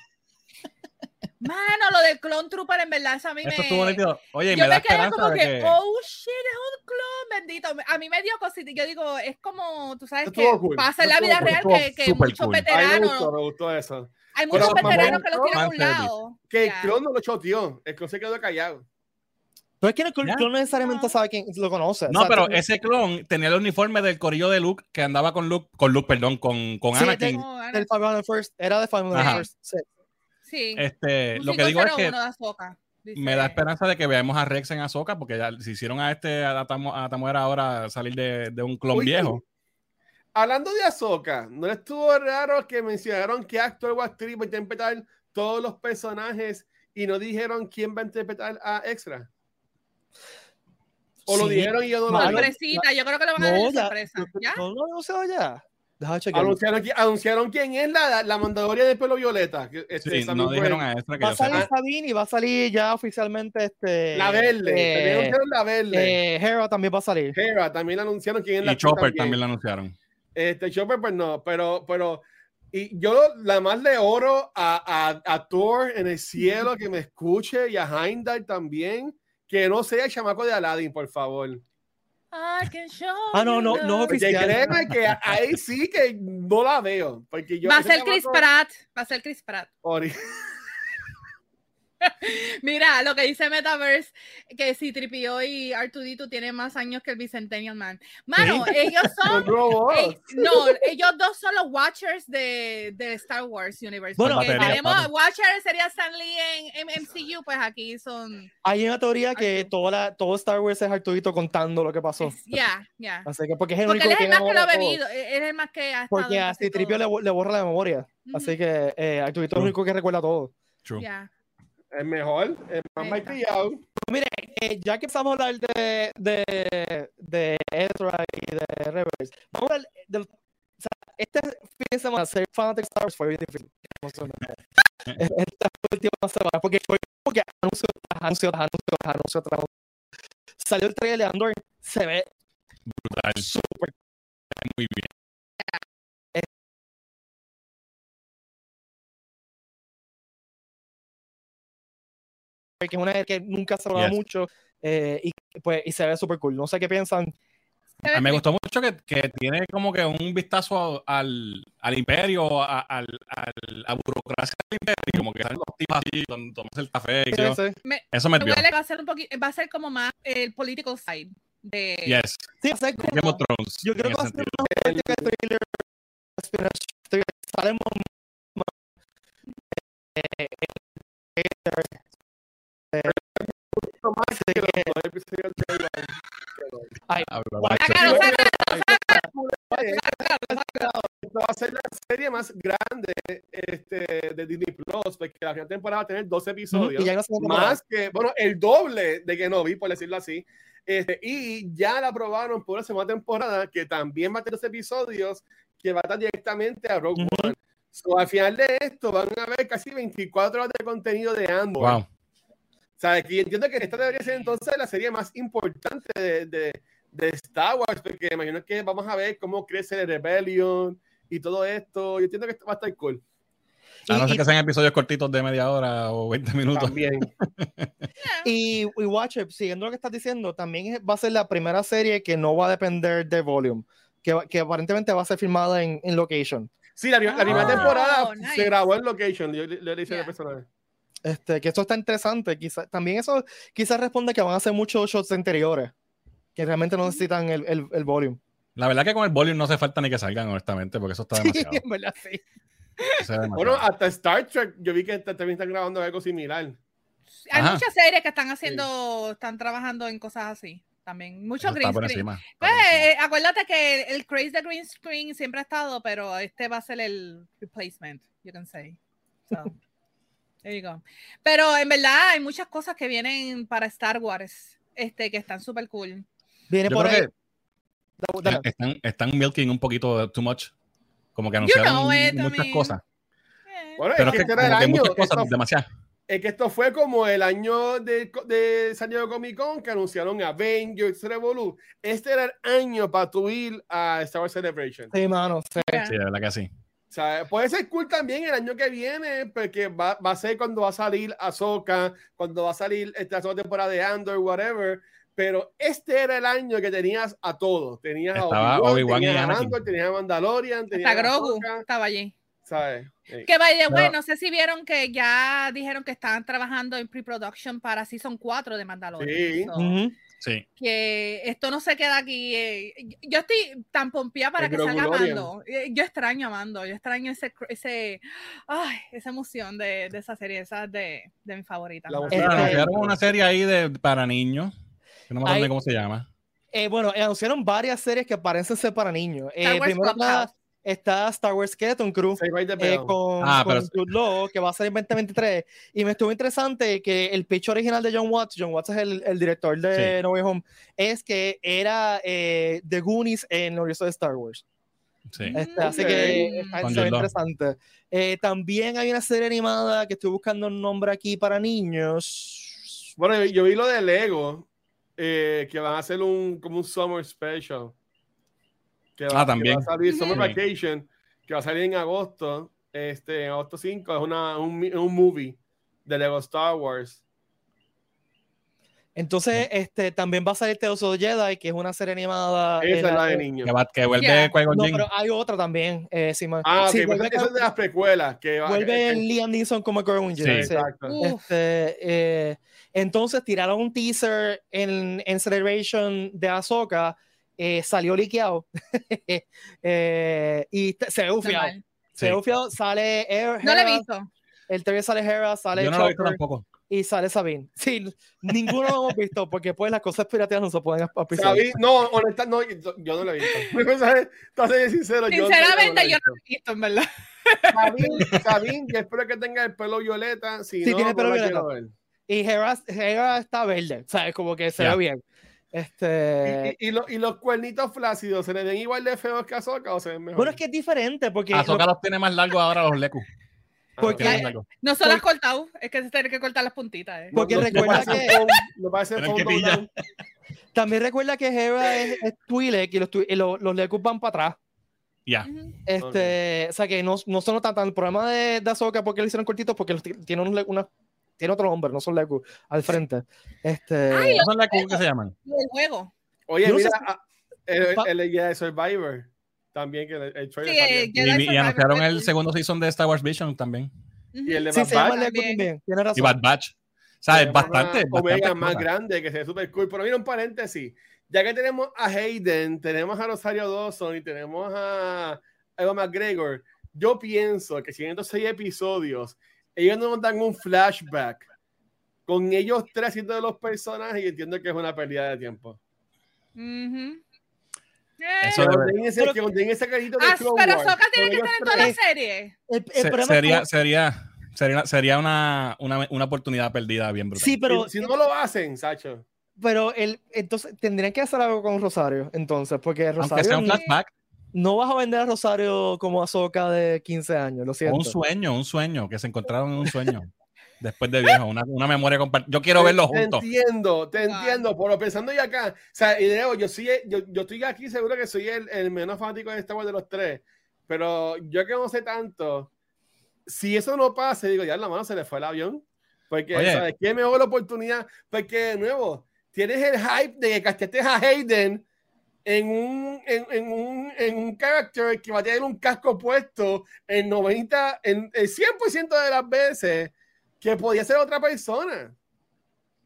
Mano, lo del Clone Trooper, en verdad, eso a mí Eso me. estuvo nítido. Oye, y yo me da me quedé esperanza como de que, que. oh shit, es un clon, bendito. A mí me dio cosita. Yo digo, es como, tú sabes Estuvo que cool, pasa en la estuvo vida cool, real estuvo que, que super muchos cool. A mí me veteranos, gustó, me gustó eso. hay Pero muchos mamón, veteranos que los ¿no? tiran a un Fanservice. lado. Que Ya. el clon no lo choteó, el clon se quedó callado. No es que el Ya. clon no necesariamente No. sabe quién lo conoce. o No, sea, pero tú- ese clon tenía el uniforme del corillo de Luke que andaba con Luke, con Luke, perdón, con, con Sí, Anakin. No, Ana, Del 501st, era de 501st. Ajá. sí. sí. Este, Un lo que digo es que 501 de Ahsoka, dice. me da esperanza de que veamos a Rex en Azoka, porque ya se hicieron a este a, Tamo- a Tamuera ahora salir de, de un clon Uy, viejo. Hablando de Ahsoka, ¿no le estuvo raro que mencionaron que actor o actriz va a interpretar todos los personajes y no dijeron quién va a interpretar a Extra? ¿O lo Sí. dijeron y yo no lo Mano, vi? Sorpresita, yo creo que le van a No, dar ya- sorpresa. ¿Ya? No lo no, sé ya. Deja chequear. Anunciaron, qui- anunciaron quién es la, la mandadoria de pelo violeta. que- este, Sí, Samuel no dijeron Wayne. a Ezra que Va yo a salir sepa. Sabine y va a salir ya oficialmente este. La verde. también Eh, anunciaron la verde. eh, Hera también va a salir. Hera, también anunciaron quién es la Y actriz Chopper también lo anunciaron. Este Chopper, pues no, pero, pero, y yo la más le oro a, a, a Thor en el cielo que me escuche y a Heimdall también, que no sea el chamaco de Aladdin, por favor. I can show Ah, no, you no, love. no, Porque Oficial. créeme que ahí sí que no la veo. Porque yo, Va a ese ser Chris chamaco- Pratt. Va a ser Chris Pratt. Ori- Mira, lo que dice Metaverse, que si Tripio y Artudito tienen más años que el Bicentennial Man. Mano, ellos un son. robot. ey, no, ellos dos son los Watchers de, de Star Wars Universe. Bueno, porque Batería, tenemos papi. Watchers sería Stan Lee en, en MCU, pues aquí son. Hay una teoría que Arturo. toda la, todo Star Wars es Arturito contando lo que pasó. es- Ya, ya. Así que porque es el Porque único él es que el más que lo ha tiene memoria de todo. bebido, e-, él es el más que ha estado. Porque en a casi Citripio le, todo. bo- le borra la memoria. Ujú, Así que eh, Arturito es el True. único que recuerda todo. True. ya. Es mejor, es más Ahí está. martillado. Eh, ya que empezamos a hablar de, de, de Ezra y de Rebels, vamos a hablar de los- o sea, este fin de semana ser fanático de Star Wars fue bien difícil. emocionalmente. Esta última semana, porque fue como que anuncio tras anuncio tras anuncio tras anuncio tras anuncio. Salió el trailer de Andor, se ve Brutal. súper Muy bien. que es una serie que nunca se hablaba Yes. mucho eh, y, pues, y se ve súper cool. No sé qué piensan. Se A mí Ah, me ve gustó mucho que, que tiene como que un vistazo a- al, al imperio, a, al, al- a burocracia del imperio, como que salen los tipos así, tom- tomándose el café. qué sé yo. Sí, sí. Eso me Me dio. huele que va a ser un poquito, va a ser como más el political side de Yes. Sí, va a ser como- Game of Thrones. yo creo en que va a ese ser sentido. más fuerte que el thriller espionage thriller. Sale más- más- eh, eh, eh, así que- Ah, bro, Guau, Ah, macho. Sácalo, sácalo, Estaba Eh, a ser la serie más grande este, de Disney Plus, porque la primera temporada va a tener 12 episodios. Y ya no se más que, bueno, el doble de que no vi, por decirlo así. Este, y ya la aprobaron por la segunda temporada, que también va a tener dos episodios que va a estar directamente a Rogue One. So, al final de esto van a ver casi 24 horas de contenido de ambos. Wow. O sea, que yo entiendo que esta debería ser entonces la serie más importante de, de- de Star Wars, porque me imagino que vamos a ver cómo crece el Rebellion y todo esto. Yo entiendo que esto va a estar cool A no Y- ser y- que sean episodios cortitos de media hora o 20 minutos. también. Y, y Watcher, siguiendo lo que estás diciendo, también es- va a ser la primera serie que no va a depender de volume, que, va- que aparentemente va a ser filmada en, en location. Sí, la, pri- la primera Oh, temporada Ah. nice. se grabó en location. Yo le, le hice Yeah. al personaje. Este, que esto está interesante, quizás también eso quizás responde que van a hacer muchos shots anteriores, que realmente no necesitan el, el, el volume. La verdad que con el volumen no hace falta ni que salgan, honestamente, porque eso está demasiado. En verdad, sí. Eso es demasiado. Bueno, hasta Star Trek, yo vi que t- también están grabando algo similar. Hay Ajá. muchas series que están haciendo, están trabajando en cosas así también. Eso Mucho está green por screen. encima. está Pues, por encima. eh, acuérdate que el craze de green screen siempre ha estado, pero este va a ser el replacement, you can say. So, there you go. Pero en verdad hay muchas cosas que vienen para Star Wars este, que están súper cool. Viene Yo por ahí. creo Eh, Dale, dale. Están, están milking un poquito de too much. Como que You anunciaron know it, I muchas mean. cosas. Eh, Bueno, Pero es es que este que, era el como que año. muchas esto- cosas, demasiado. es que esto fue como el año de, de San Diego Comic Con que anunciaron Avengers Revolu. Este era el año para tu ir a Star Wars Celebration. eh. Sí, mano, sí. mira. Sí, de verdad que sí. O sea, puede ser cool también el año que viene, porque va, va a ser cuando va a salir Ahsoka, cuando va a salir esta segunda temporada de Andor, whatever. Pero este era el año que tenías a todos. Tenías Estaba a Obi-Wan, Obi-Wan y tenías a Anakin. Andor, tenías a Mandalorian, tenías Hasta a Grogu Ahsoka, estaba allí. ¿sabes? Sí. Que by the way, No. no sé si vieron que ya dijeron que estaban trabajando en pre-production para Season 4 de Mandalorian. Sí. So, Ujú. Sí. que esto no se queda aquí. eh, Yo estoy tan pompeada para El que salga Grogulorian. Mando. Eh, Yo extraño a Mando, yo extraño ese, cr- ese, ay, esa emoción de, de esa serie, esa es de, de mi favorita. La Mando. Eh, eh, Pero anunciaron una serie ahí de, para niños. Que no me acuerdo Ay. ni cómo se llama. Eh, bueno, eh, anunciaron varias series que parecen ser para niños. Eh, Star Wars primero que nada, Clubhouse. está Star Wars Skeleton Crew. Save by the eh, Bell. con, Ah, con pero- Jude Law, que va a salir en 2023. Y me estuvo interesante que el pitch original de John Watts, John Watts es el, el director de Sí. No Way Home, es que era eh, The Goonies en el universo de Star Wars. Sí. Este, así Ok. que está Con se ve Jude Law. interesante. Eh, también hay una serie animada que estoy buscando un nombre aquí para niños. Bueno, yo, yo vi lo de Lego, eh, que van a hacer un, como un summer special. Que va, Ah, también. que va a salir Summer Ujú. Vacation, que va a salir en agosto, este, en agosto 5, es una, un, mi- un movie de Lego Star Wars. Entonces, este, también va a salir The Oso Jedi, que es una serie animada. eh, Esa es la de niños. Que, va- que vuelve Yeah. Qui-Gon No, Jinn. pero hay otra también. Eh, si me- Ah, ok, sí, pues vuelve, esa es de las precuelas. Que va, vuelve que- que- Liam Neeson como Corwin Sí, Jedi, sí. exacto. Uh, Uf. Este, eh, entonces tiraron un teaser en, en Celebration de Ahsoka, eh, salió liqueado Eh, y te- se ve ufiado. Normal. Se ve ufiado, sale Her- No la he Hera, visto. el trailer sale Hera, sale Yo no lo he visto Chopper tampoco. y sale Sabine. Sí, ninguno lo hemos visto porque pues las cosas pirateadas no se pueden ap- O Pues apreciar. sea, vi- no, honesta, no, yo yo no la he visto. Me pasa- Te voy a ser sincero, yo no la he Sinceramente, yo visto. no la he visto, en verdad. Sabín, Sabín, yo espero que tenga el pelo violeta. Si Sí, no, tiene no pelo la violeta. quiero ver. Y Hera, Hera está verde, ¿sabes? Como que se Ya. ve bien. Este, Y, y- y lo- y los cuernitos flácidos, ¿se le ven igual de feos que a Soca o se ven mejor? bueno, es que es diferente porque... lo- Ah, Azoka los tiene más largos ahora los Leku. Ah, porque- Tiene más largos. No se las has cortado, es que se tiene que cortar las puntitas. eh. porque no- no recuerda parece que- un phone- No parece Tienen phone que down. pillar. También recuerda que Hera es, es Twi'lek y los, Twi- y lo- los Lekus van para atrás. Ya. Ujú. Este, O sea que no, no se nota tanto el problema de, de Ahsoka porque lo hicieron cortitos porque los ti- tiene, un le- una, tiene otro hombre, no son Lekus, al frente. Este, Ay, ¿No son Leku que se llaman? Y El juego. Oye, Yo no sé mira, ah, el, Pa- el- el de Survivor. También que el, el trailer Sí, salió. eh, Y, Jedi y Survivor anunciaron el Series. segundo season de Star Wars Vision también. Y el de sí, Bad se llama Batch, Leku también. también, tiene razón. Y Bad Batch. que ¿Sabes? es Bastante. una Omega bastante más cosa. grande, que se ve super cool. Pero mira, un paréntesis. Ya que tenemos a Hayden, tenemos a Rosario Dawson y tenemos a Eva McGregor, yo pienso que si en estos seis episodios ellos no nos dan un flashback con ellos tres haciendo de los personajes, yo entiendo que es una pérdida de tiempo. Ujú. Eh, Eso Pero debe- tienen ese- que contienen ese carrito de Ah, Clone pero Wars, Ahsoka tiene con que ellos estar en toda la tres. serie. El- el Se- problema es sería, como- sería, sería, sería una, una, una oportunidad perdida bien brutal. Sí, pero, Si, si no lo hacen, Sacho. pero el, entonces tendrían que hacer algo con Rosario, entonces, porque Aunque sea Rosario un no, flashback, no vas a vender a Rosario como a Soca de 15 años, lo o un siento. sueño, un sueño, que se encontraron en un sueño. Después de viejo, una, una memoria compartida. Yo quiero verlo Te juntos. entiendo, te Claro. entiendo, pero pensando yo acá, o sea, y de nuevo, yo, sí, yo, yo estoy aquí seguro que soy el, el menos fanático de Star Wars de los tres, pero yo que no sé tanto, si eso no pasa, digo, ya la mano se le fue el avión, porque, Oye. ¿sabes qué mejor la oportunidad? Porque, de nuevo, tienes el hype de que casteaste a Hayden en un, en, en un, en un character que va a tener un casco puesto en 90, en el 100% de las veces que podía ser otra persona.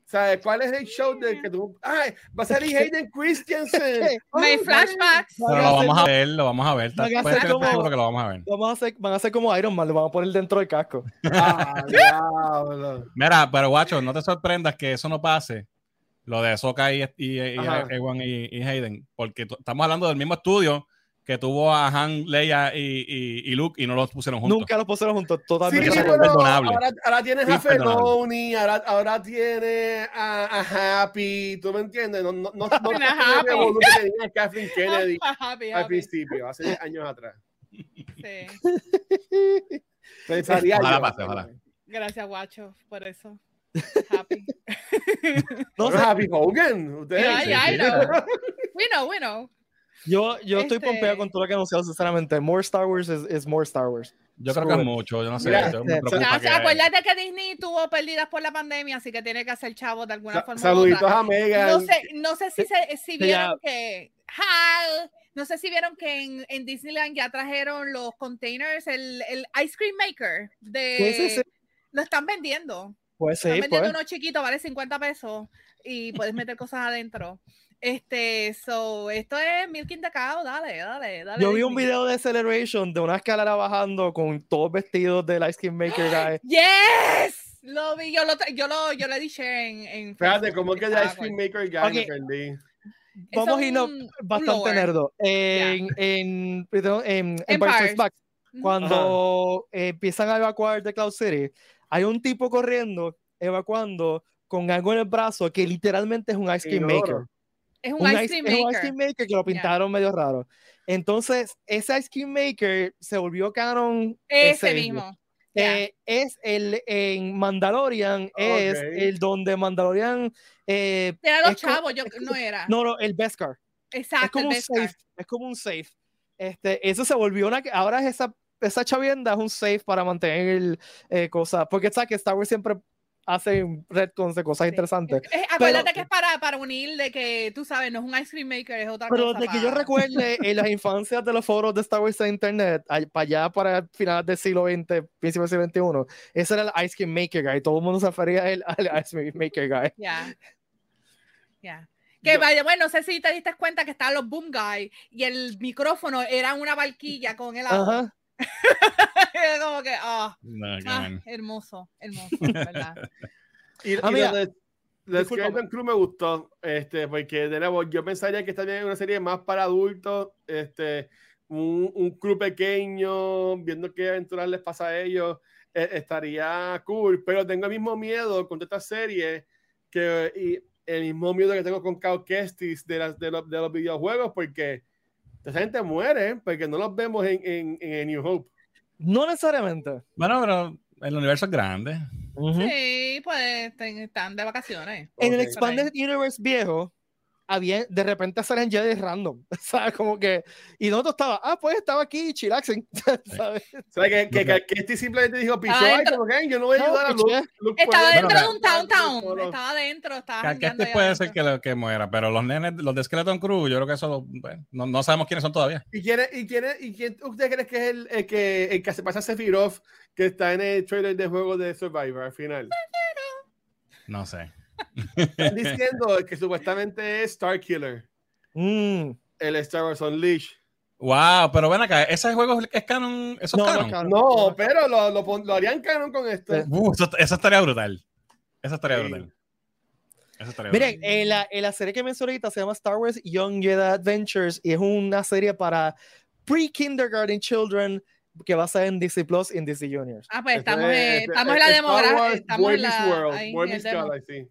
¿Sabes cuál es el show de que tú... ¡Ay! Va a salir Hayden Christensen. No hay flashbacks. Van Pero lo a hacer- vamos a ver, lo vamos a ver. van a Puede hacer que como- seguro que lo vamos a ver. Vamos a hacer, van a hacer como Iron Man, lo van a poner dentro del casco. ¡Ah, diablo! Mira, pero guacho, no te sorprendas que eso no pase. Lo de Soca y, y, y, Ajá. Ewan y- y Hayden, porque t- estamos hablando del mismo estudio que tuvo a Han, Leia y, y- y Luke y no los pusieron juntos. Nunca los pusieron juntos, Sí, totalmente. eso es pero imperdonable. ahora, ahora tienes a Imperdonable. Feloni, ahora, ahora tienes a, a Happy, ¿tú me entiendes? No, no, no, no Tienes no a tenía Happy. revolución que tenía Kathleen Kennedy Oh, Happy, al happy, principio, hace años atrás. sí. Pensaría Ojalá yo. pase, ojalá. Gracias, guacho, por eso. Happy. No Pero sé, Happy Hogan, ustedes. Ay, sí, ay, sí. no. We know, we know. yo, yo estoy Este- pompeado con todo lo que anunciaron, sinceramente. More Star Wars is, is more Star Wars. Yo creo que es mucho, yo no sé. Mira, yo me este, preocupa Gracias. que- Acuérdate que Disney tuvo pérdidas por la pandemia, así que tiene que hacer chavo de alguna Sa- forma. u Saluditos otra. a Megan. No sé, no sé si, se- si Ya. vieron que. Hal, No sé si vieron que en, en Disneyland ya trajeron los containers, el, el ice cream maker. De, Sí, sí, sí. Lo están vendiendo. Pues sí, Están vendiendo pues. uno chiquito, vale 50 pesos y puedes meter cosas adentro. Este, so, esto es Milk in the Cow, dale, dale, dale. Yo vi un Disney. video de Celebration de una escalera bajando con todos vestidos del Ice Cream Maker guy. ¡Yes! Lo vi, yo lo, tra- yo lo, yo lo di share en, en Espérate, Facebook. ¿cómo es que el Estaba Ice Cream cool. Maker Guy me Ok. perdí? Eso Vamos es a irnos un- un bastante lore. nerdo. En, en, perdón, en Empire Empire. Strikes Back, cuando eh, empiezan a evacuar de Cloud City, hay un tipo corriendo, evacuando con algo en el brazo que literalmente es un Ice Cream Inodoro. Maker. Es un, un ice, ice- cream es un maker. ice cream maker que lo pintaron medio raro. Entonces, ese ice cream maker se volvió canon. Ese ese mismo. Eh, es el en Mandalorian, es Ok. el donde Mandalorian. eh, Era los es co- chavos, yo es no era. no, no, el Beskar. Exacto. es como un el Beskar. safe. Es como un safe. Este, eso se volvió una. Ahora es esa, esa chavienda es un safe para mantener el, eh, cosas. Porque sabes que Star Wars siempre hace retcons de cosas Sí. interesantes. Es- es- acuérdate que es para, para unir de que tú sabes, no es un ice cream maker, es otra Pero cosa. desde que yo para- recuerde, en las infancias de los foros de Star Wars en Internet, al- para allá para finales del siglo XX, principios del siglo XXI, ese era el Ice Cream Maker Guy. Todo el mundo se refería a él, al Ice Cream Maker Guy. Ya. Ya. Que Yo- vaya, bueno, no sé si te diste cuenta que estaban los boom guys y el micrófono era una barquilla con el agua. Ajá. Era como que, ah, No, qué ah, bueno. hermoso, hermoso, ¿verdad? Y, Ah, y mira, lo de The discúlpame. Skeleton Crew me gustó, este, porque de nuevo yo pensaría que esta es una serie más para adultos, este, un, un crew pequeño, viendo qué aventuras les pasa a ellos, eh, estaría cool, pero tengo el mismo miedo con toda esta serie que y el mismo miedo que tengo con Cow Kestis de, las- de, los, de los videojuegos, porque esa gente muere, porque no los vemos en, en, en A New Hope. No necesariamente. Bueno, pero el universo es grande. Sí, pues ten- están de vacaciones. En el Ok. Expanded Universe viejo, había, de repente salen Jedi random. O sea, como que. Y nosotros estaba, ah, pues estaba aquí chillaxing. ¿Sabes? O sea, que, que, Ok. que Kestis simplemente dijo, pichó, Ah, ay, entra- como que yo no voy a No, ayudar a Luke. piché. Luke Estaba puede- dentro de un Luke downtown. solo. Estaba adentro, estaba Que jangueando este ahí puede ser adentro. que, lo- que muera, pero los nenes, los de Skeleton Crew, yo creo que eso lo- bueno, no, no sabemos quiénes son todavía. ¿Y quién, es- y, quién es- ¿Y quién usted cree que es el, el que, el que se pasa a Sephiroth que está en el trailer de juego de Survivor al final? No sé. Están diciendo que supuestamente es Star Killer, Mm. el Star Wars Unleashed. Wow, pero ven acá, ese juego es canon, eso No, es no, canon. canon. Ah, No, pero lo, Pues, lo, pon- lo harían canon con esto. Eh, Uh, eso, eso estaría brutal. Eso estaría Sí. brutal. Eso estaría Miren, en la, en la serie que mencioné ahorita se llama Star Wars Young Jedi Adventures y es una serie para pre-kindergarten children que va a ser en DC Plus y en DC Juniors. Ah, pues Este estamos, es- eh, este- estamos en la es Star demografía. Wars, Estamos Boy en Meets la. World, ahí Boy en el Meets demo. Galaxy.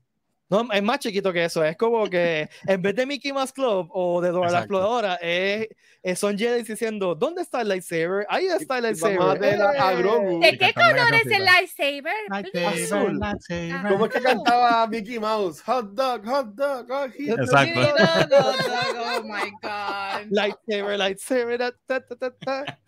No, es más chiquito que eso. Es como que en vez de Mickey Mouse Club o de Dora la Exacto. Exploradora, es, es- son Jedi diciendo: ¿Dónde está el lightsaber? Ahí está el Y lightsaber. vamos a tener a- a ¡Eh! Grogu. ¿De qué cantando la color es canción, el lightsaber? Please. Azul. ¿Cómo es que cantaba Mickey Mouse? Hot dog, hot dog, hot dog. Exacto. No, no, no, no, oh my God. Lightsaber, lightsaber. ta, ta, ta, ta, ta.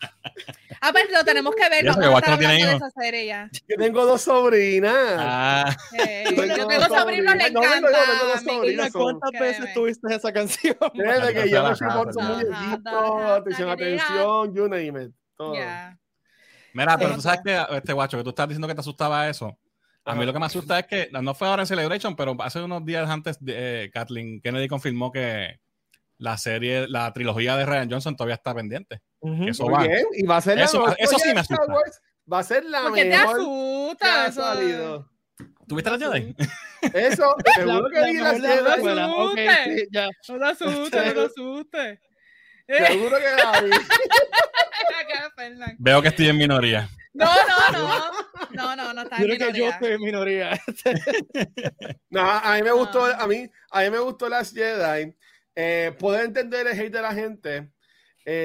Ah, pues lo tenemos que ver. Y Vamos eso que a Guacho estar no tiene hablando de hijos. esa serie ya. Yo tengo dos sobrinas. Ah, Eh, Yo tengo yo dos tengo sobrinos, le sobrinos. No, no, no, encanta. tengo dos me sobrinos, Mira, encanta. son- ¿Cuántas veces Créeme. tuviste esa canción? Desde que yo me supo su Ajá, muñequito, ajá, atención, ajá. atención, you name it. Todo. Ya. mira, pero Sí. tú sabes que, este guacho, que tú estás diciendo que te asustaba eso. A mí Ajá. lo que me asusta es que, no fue ahora en Celebration, pero hace unos días antes, de, eh, Kathleen Kennedy confirmó que la serie, la trilogía de Ryan Johnson todavía está pendiente. Ujú. Que eso Muy va. bien, y va a ser la Eso- mejor eso sí joya me de Star asusta. Wars, Va a ser la Porque te oh? mejor que asusta. ha eso- salido. ¿Tuviste la Jedi? Eso, La- seguro que la vi mejor las de la piedras, escuela. Ok, Asuste. sí, ya. No te asustes, no te asustes. Eh, seguro que la vi. acá, Fernan. Veo que estoy en minoría. No, no, no. No, no, no está Yo en creo que yo minoría. estoy en minoría. No, a mí me gustó, Ah. a mí, a mí me gustó las Jedi. Eh, poder entender el hate de la gente,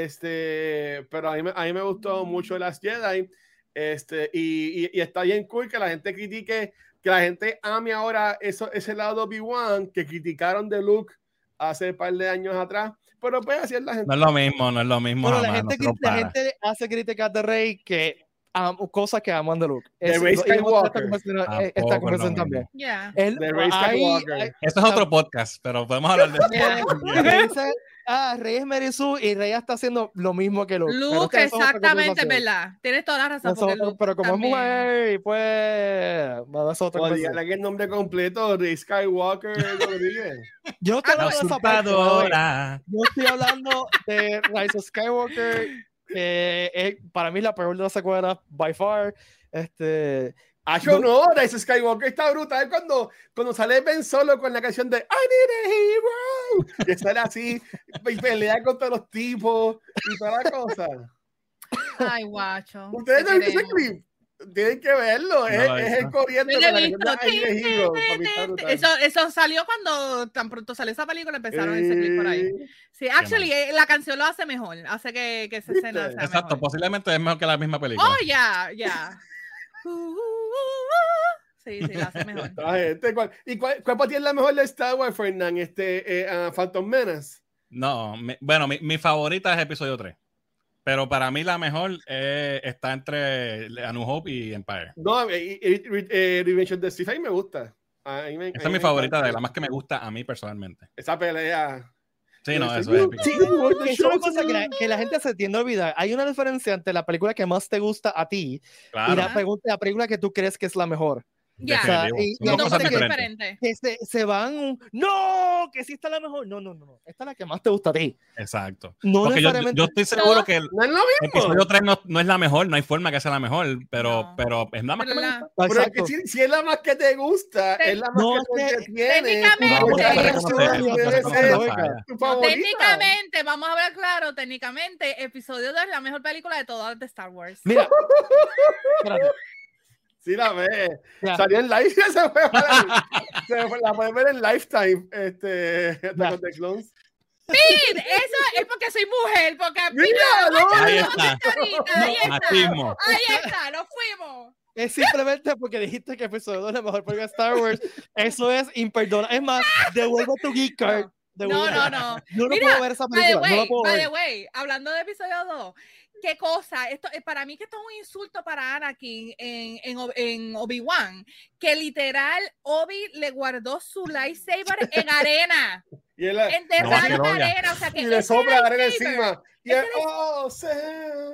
este, pero a mí, me- a mí me gustó mucho las Jedi. Este, y, y- y está bien cool que la gente critique, que la gente ame ahora eso, ese lado de Obi-Wan que criticaron de Luke hace un par de años atrás. Pero pues así es la gente. No es lo mismo, no es lo mismo. Bueno, la jamás, gente, no se cri- la compara. gente hace críticas de Rey que am- cosas que aman de Luke. De Eso- Rey y hemos tenido Esta Skywalker. conversación, eh, esta Tampoco es lo conversación mismo. también. Ya. El- De Rey hay- Skywalker. hay- Esto es otro podcast, pero podemos hablar de Yeah. eso. que dice, ah, Rey es Mary Sue y Rey está haciendo lo mismo que Luke. Pero Luke, esta es otra exactamente, conversación. ¿verdad? Tienes toda la razón. Eso- porque Luke pero como también. es mujer, y pues. bueno, eso es otra Oye, conversación. dale que el nombre completo, Rey Skywalker Rodríguez. Yo no estoy Ah, hablando de esa parte, brother. Usurpadora. Yo estoy hablando de Rise of Skywalker, que es, para mí la peor de las secuelas, by far. Este, Ah, Acho no, Rise Skywalker está brutal cuando, cuando sale Ben Solo con la canción de I need a hero. Que sale así y pelea contra los tipos y toda la cosa. Ay, guacho. Ustedes te no han visto ese queremos. clip. Tienen que verlo. es, No, es eso. el corriente Yo con lo la he canción visto. de I need a hero. Para mí está brutal. Eso, eso salió cuando tan pronto salió esa película, empezaron ese clip por ahí. Eh, Sí, actually, eh, la canción lo hace mejor, hace que, que esa ¿Viste? escena sea Exacto, pues, mejor. posiblemente es mejor que la misma película. Oh, ya, ya. Sí, sí, la hace mejor. la gente, ¿cuál- ¿Y cuál, cuál para ti es la mejor de Star Wars, Fernán? Este, eh, ah, Phantom Menace. No, mi- bueno, mi, mi favorita es episodio 3. Pero para mí la mejor eh, está entre A New Hope y Empire. No, eh, eh, eh, eh, Revenge of the Sith, a mí me gusta. A mí me- a Eh, mí Esa es mi me favorita, encanta. de la más que me gusta a mí personalmente. Esa pelea. Sí, no, Yo eso soy es yo. épico. Sí, yo soy que yo, es una yo cosa soy que yo. la, que la gente se tiende a olvidar. Hay una diferencia entre la película que más te gusta a ti y Claro, la, pregun- la película que tú crees que es la mejor. Ya. O sea, definitivo. y- Son y dos no cosas sé qué- diferentes. diferente. Que se, se van un, ¡No! Que sí está la mejor. No, no, no, no. Esta es la que más te gusta a ti. Exacto. No Porque yo, necesariamente. yo estoy seguro que el No es lo mismo. episodio 3 no, no es la mejor, no hay forma que sea la mejor, pero, No. pero es la más Pero que me la- gusta. Pero es que Exacto. si, si es la más que te gusta, es la más No, que te es que entretiene. técnicamente- Vamos Vamos a a reconocer, reconocer, debe vamos a ser reconocer. tu No, favorita. técnicamente, vamos a ver claro, técnicamente, episodio 2 es la mejor película de todas de Star Wars. Mira. Espérate. Sí, la ve. Ya. Salió en live. Se fue para el- se fue- la puedes ver en Lifetime. Este, Attack of the Clones. Pin, eso es porque soy mujer, porque Mira, no, Ahí no, está. ahorita, ahí está. Machismo. Ahí está, nos fuimos. Es simplemente porque dijiste que episodio 2 es la mejor película de Star Wars. Eso es imperdonable. Es más, devuelvo tu geek card. No. devuelvo- No, no, no. Yo no Mira, puedo ver esa By the película. no way, la puedo by the ver. way, hablando de episodio 2, qué cosa, esto, eh, para mí que esto es un insulto para Anakin en, en, Ob- en Obi-Wan, que literal Obi le guardó su lightsaber en arena, Y él la- enterrado en Bacheloria. arena, o sea que y le ese sopla la arena lightsaber- encima. Y ese él, lightsaber- oh, sí.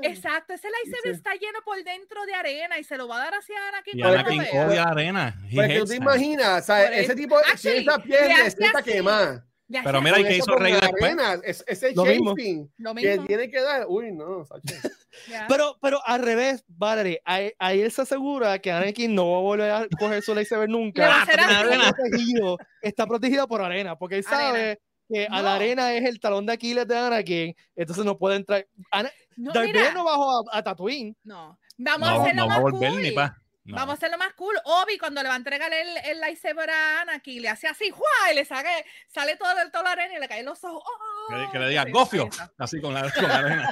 Exacto, ese lightsaber Sí. está lleno por dentro de arena y se lo va a dar hacia Anakin. Y cuando Anakin lo vea. odia arena. He Pero es que tú hates te that. imaginas, o sea, Por ese eso- tipo, si Actually, esa le piel hace está así. quemada. Ya Pero sé, mira, ¿y Con qué eso hizo con Rey las después? arenas, es- ese Lo mismo. shaping lo que mismo. tiene que dar. Uy, no, Sacho. ya. Pero, pero al revés, Valerie, ahí, ahí él se asegura que Anakin no va a volver a coger su lightsaber Le nunca. va a hacer porque así. está, protegido, está protegido por arena, porque él sabe Arena. que a No. la arena es el talón de Aquiles de Anakin, entonces no puede entrar. Ana, no, Darth mira, Vader no bajó a, a Tatooine. no. Vamos a No, hacerlo no va más a volver cool. ni pa. No. Vamos a hacerlo más cool. Obi, cuando le va a entregar el, el lightsaber a Anakin, le hace así, ¡juá! Y le sale, sale todo el toda la arena y le caen los ojos. ¡Oh! Que le- que le diga, Sí, Gofio, esa. así con la, con la arena.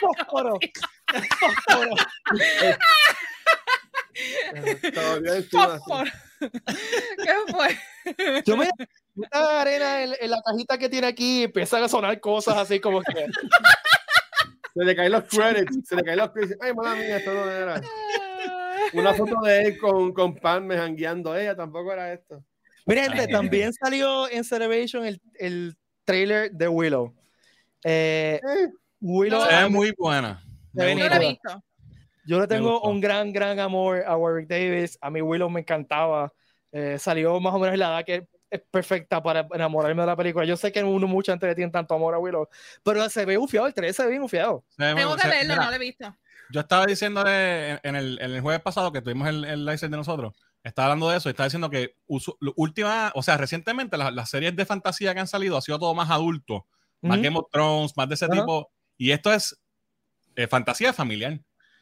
Fósforo. Fósforo. Todavía encima, sí. Fósforo. ¿Qué fue? Yo me esta arena en, en la cajita que tiene aquí empiezan a sonar cosas así como que Se le caen los credits. Se le caen los credits. Ay, mala mía, esto no era. Una foto de él con, con Pan me jangueando ella, tampoco era esto. Mira, gente, Ay. también salió en Celebration el, el trailer de Willow. Eh, Eh, Willow, No. Se ve muy buena. Se ve No lo he visto. yo le tengo gustó. un gran, gran amor a Warwick Davis. A mí Willow me encantaba. Eh, salió más o menos en la edad que es perfecta para enamorarme de la película. Yo sé que uno mucha gente le tiene tanto amor a Willow, pero se ve ufiado, el trailer se ve bien ufiado. Se ve muy- Tengo que se- verlo, mira, no lo he visto. Yo estaba diciéndole en, en el, en el jueves pasado que tuvimos el, el live set de nosotros, estaba hablando de eso y estaba diciendo que usu- lo- última, o sea, recientemente las, las series de fantasía que han salido ha sido todo más adulto, más Ujú. Game of Thrones, más de ese Ajá. tipo. Y esto es eh, fantasía familiar.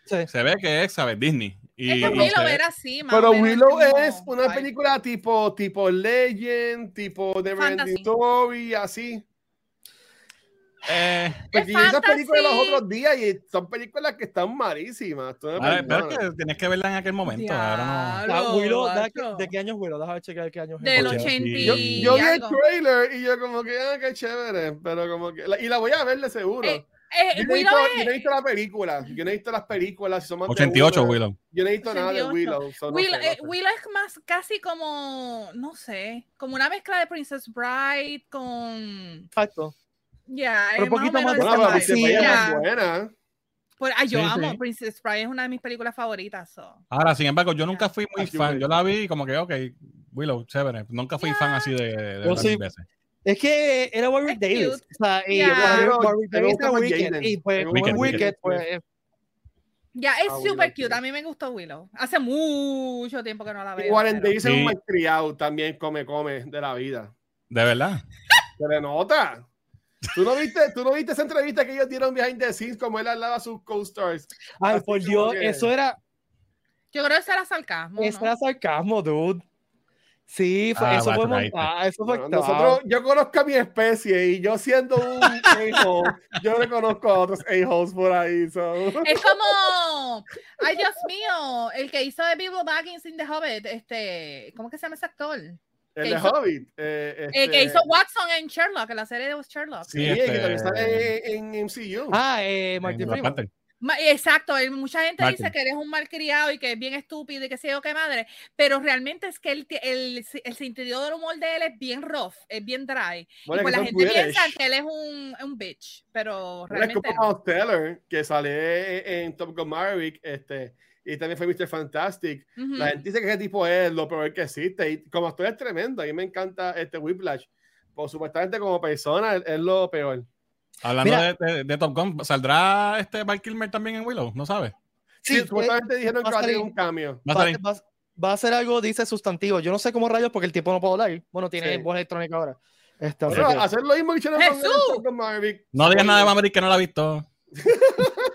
Sí. Se ve que es, ¿sabes? Disney. Y, es que y Willow se ve- era así, más Pero o menos Willow como- es una Ay, película tipo, tipo Legend, tipo Fantasy. Neverending Story, así. eh, Porque yo vi esas fantasy. películas los otros días y son películas que están malísimas. Tú me vale, pero es perdonas. que tienes que verla en aquel momento. Ahora La no. Diablo, Ah, Willow, da- macho. ¿de qué año es Willow? Déjame checar qué año es. Del Oye, 80 y Yo, sí. yo vi el algo. trailer y yo como que, ah, qué chévere, pero como que... la- y la voy a ver de seguro. Eh, Eh, yo, no he Willow visto, yo es- no he visto la película, yo no he visto las películas, si son más de 88, una. Willow. Yo no he visto nada de 88. Willow. so no Willow, sé, no eh, sé. Willow es más casi como, no sé, como una mezcla de Princess Bride con... Exacto. Ya, Pero es un poquito más o menos más ese Bueno, Willow, vibe. Ya. pero Princess Bride es más buena. Por- ah, yo Sí, amo sí. Princess Bride, es una de mis películas favoritas. so. Ahora, sin embargo, yo nunca fui muy Así fan. fue. Yo la vi y como que, ok, Willow, chévere. Nunca fui fan así de, de Yo varias sí. veces. Es que era Warwick Es Davis. cute. O sea, y Yeah. Warwick- Pero Warwick me Davis gusta era más Wicked, Jaden. Y pues, Me como es gusta más Wicked, Jaden. pues, eh, Ya, es Ah, Willow, super sí. cute. A mí me gustó Willow. Hace mucho tiempo que no la veo. Warren pero- Davis es un Sí. malcriado también, come, come de la vida. De verdad. Se le nota. ¿Tú no, viste, ¿Tú no viste esa entrevista que ellos dieron behind the scenes como él hablaba a sus co-stars? ay, Así por como Dios, que- eso era, Yo creo que será sarcasmo. eso ¿no? era sarcasmo, dude. Sí, fue- Ah, eso, fue macho, ahí está. montado, eso fue Bueno, actuado. nosotros, yo conozco a mi especie y yo siendo un a-hole, yo reconozco a otros a-holes por ahí. so. Es como, ay Dios mío, el que hizo de Bilbo Baggins in The Hobbit, este, ¿cómo que se llama ese actor? El El que de hizo- Hobbit. eh, que este, hizo Watson en Sherlock, en la serie de Sherlock. Sí, Sí, el que este- también sale en, en MCU. Ah, eh, Martin en Black Freeman. Panther. Ma- Exacto, él- mucha gente dice Martin. que eres un malcriado y que es bien estúpido y que sé yo qué madre, pero realmente es que el, el, el sentido del humor de él es bien rough, es bien dry. y pues Bueno, que la son gente piensa British. que él es un, un bitch, pero Bueno, es realmente como Miles Teller, que sale en Top Gun Maverick, este, y también fue Mr. Fantastic. no. Ujú. La gente dice que ese tipo es lo peor que existe. Y como actor es tremendo. A mí me encanta este Whiplash. Por supuestamente, como persona, es- es lo peor. Hablando Mira. de, de- de Top Gun, ¿saldrá este Val Kilmer también en Willow? ¿No sabes? Sí, pues, Sí, fue- supuestamente dijeron eh, va que a va a tener salir. un cambio. Va a va, salir. va- va a ser algo, dice sustantivo. Yo no sé cómo rayos, porque el tipo no puede hablar. Bueno, tiene Sí. voz electrónica ahora. Este, así Bueno, que- hacer lo mismo que hicieron con ¡Jesús! Top Gun Maverick. No digas nada de Maverick que no la ha visto.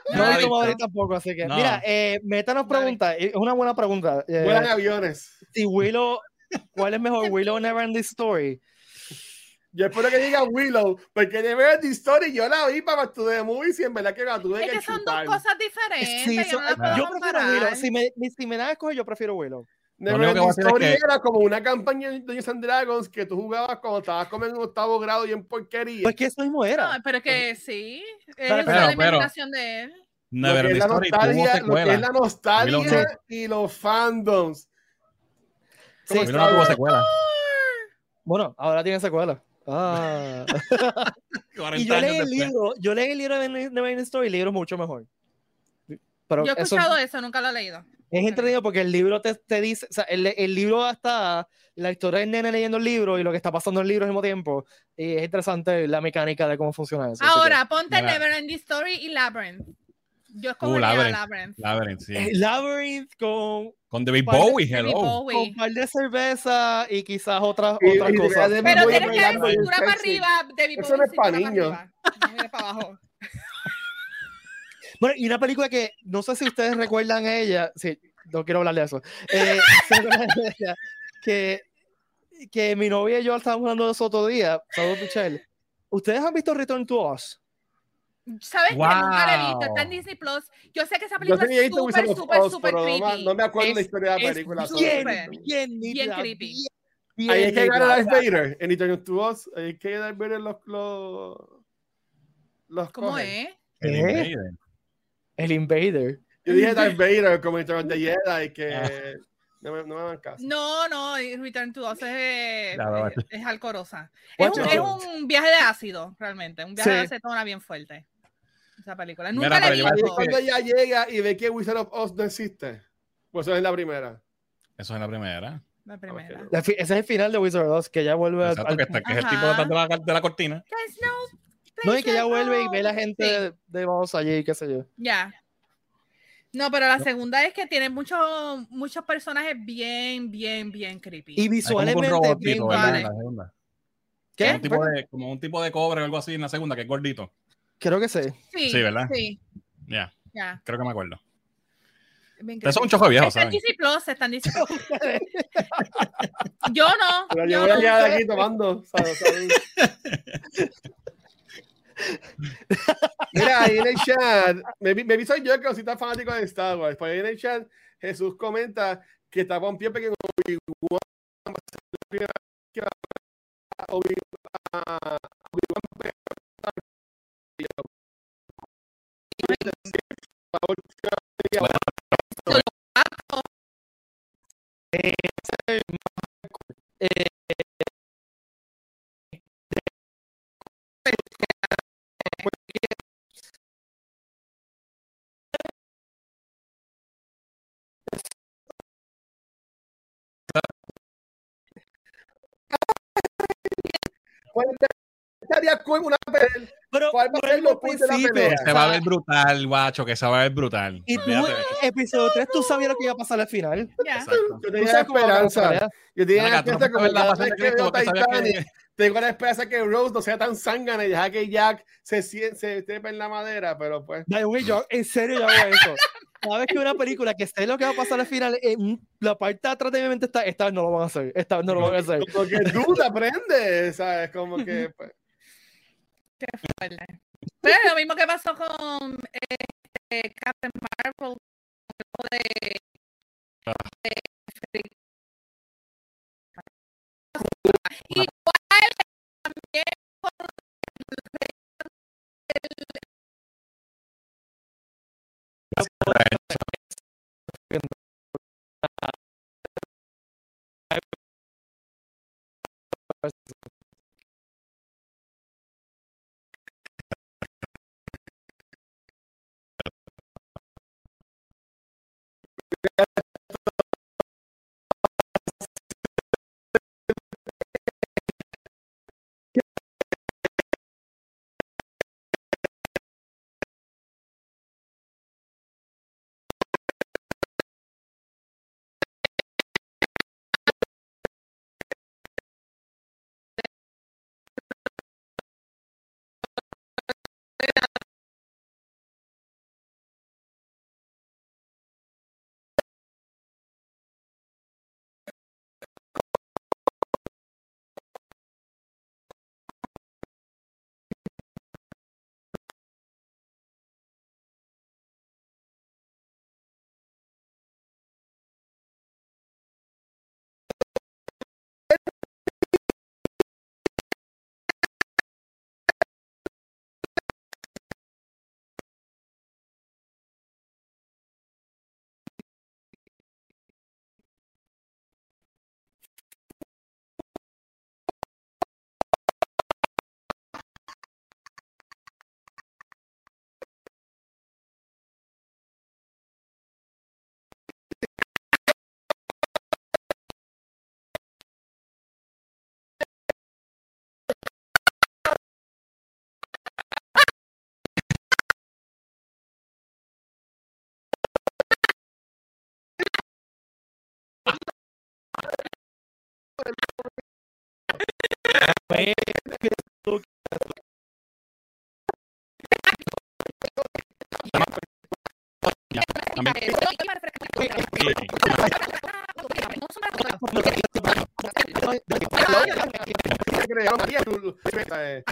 no la he visto he visto. Maverick tampoco, así que. No. Mira, eh, Meta nos pregunta, es una buena pregunta. eh, Vuelan aviones. si Willow, ¿cuál es mejor, Willow o Neverending Story? Yo espero que diga Willow, porque de ver The Story yo la vi para tu de Movie y en verdad que la tuve es que que son dos chutar. cosas diferentes. Sí, yo son- no las puedo yo prefiero comparar. Willow. Si me, si me dan a escoger, yo prefiero Willow. Lo único que Neverending voy a hacer es Story que- era como una campaña de Dungeons and Dragons que tú jugabas cuando estabas como en octavo grado y en porquería. Pues que eso mismo era. No, pero que sí. Es Pero- usa la pero- imaginación de él. lo que, es Neverending la Story tuvo nostalgia, lo que es secuela. la nostalgia Willow no. y los fandoms. Sí, Willow no tuvo secuela. Bueno, ahora tiene secuela. Ah. y yo 40 leí años el después. libro, yo leí el libro de Neverending Story, el libro es mucho mejor. Pero Yo he eso- escuchado eso, nunca lo he leído. Es entretenido porque el libro te, te dice, o sea, el, el libro hasta la historia del nene leyendo el libro y lo que está pasando en el libro al mismo tiempo. Y es interesante la mecánica de cómo funciona eso. así que- Ahora, ponte Mira. Neverending Story y Labyrinth. Yo Uh, escogería Labyrinth. Labyrinth. Labyrinth, sí. Eh, Labyrinth con, Con David ¿cuál es Bowie, David hello. con un Bowie. par de cerveza y quizás otras, Y- otras y- cosas. y- Pero Voy a tienes que bailar dar con el cintura para sexy. arriba, David Eso Bowie, no es pa' cintura niños. arriba. No, mira pa' abajo. Bueno, y una película que no sé si ustedes recuerdan ella, sí, no quiero hablar de eso, Eh, se recuerdan de ella, que, que mi novia y yo estábamos hablando de eso otro día, saludos Michelle. ¿Ustedes han visto Return to Us? ¿Sabes que Nunca la he Wow. visto. Está en Disney Plus. Yo sé que esa Yo película tenía es visto súper, Wizard of súper, Oz, súper pero no, ma- creepy. no me acuerdo Es- la historia de la es película. so- bien, Súper. bien, nítida, creepy. bien, Ahí bien es que gana nítida. Darth Vader. En Eternal to Us, ahí es que Darth Vader los. los, los ¿Cómo coge. es? El ¿Qué? Invader. El Invader. Yo dije Darth Vader como Return de Jedi, que. No me, no me hagan caso. No, no, Return to Oz es, eh, Claro. eh, es alcorosa. Es Watch un, it. es un viaje de ácido, realmente. Un viaje de Sí. acetona bien fuerte. Esa película. Mira, Nunca la pero he yo me Ahí es visto. acuerdo- cuando ella llega y ve que Wizard of Oz no existe. Pues eso es la primera. Eso es la primera. La primera. Ok. La fi- Ese es el final de Wizard of Oz, que ya vuelve al- Exacto, que, está- que es el tipo Ajá. detrás de la, de la cortina. There's no No, place y que ya like vuelve y ve la home. gente Sí. de, de vamos allí, qué sé yo. Ya. No, pero la segunda es que tiene muchos muchos personajes bien, bien, bien creepy. Y Hay como que un visualmente, bien robotito, ¿verdad? padre. En la vale. segunda. ¿Qué? Como un tipo de, como un tipo de cobre o algo así en la segunda, que es gordito. Creo que sí. sí, sí, ¿verdad? Sí, Ya, ya. creo que me acuerdo. bien Ustedes son un creepy. chojo viejo, Está en ¿saben? Disney Plus, está en Disney Plus. Yo no. Pero yo yo voy a no. llegar aquí tomando. ¿sabes? ¿sabes? Mira, ahí en el chat, me, vi- me vi soy yo que soy tan fanático de Star Wars. Por ahí en el chat, Jesús comenta que está con pie porque Obi-Wan va a ser la primera vez que va a ver a Obi- a Obi-Wan pelear con Darth Vader. Va a voltear y ahora- ¿Cuál estaría con una pelea? Pero ¿Cuál va a no ser es lo los puntos de la principio. pelea? Se va a ver brutal, guacho, que se va a ver brutal. Y tú, Olvídate. episodio 3, tú sabías lo que iba a pasar al final. Ya. Exacto. Yo Tú tenía la sabes cómo va a acabar la esperanza. pelea. Yo tenía la Venga, tú no esperanza puedes como ver la cada pasión vez de que Cristo veo porque sabías Titanic. que- tengo la esperanza que Rose no sea tan zángana y deja que Jack se siente se trepe en la madera, pero pues. By the way, yo en serio yo hago eso. Cada vez que una película que sé lo que va a pasar al final, en la parte de atrás de mi mente está, esta vez no lo van a hacer, esta vez no lo van a hacer. Como que duda, aprende, ¿sabes? Como que. Pues, Pero lo mismo que pasó con eh, este, Captain Marvel. con el juego de- Ah. de- Igual también con eh, creo, María, tú- eh,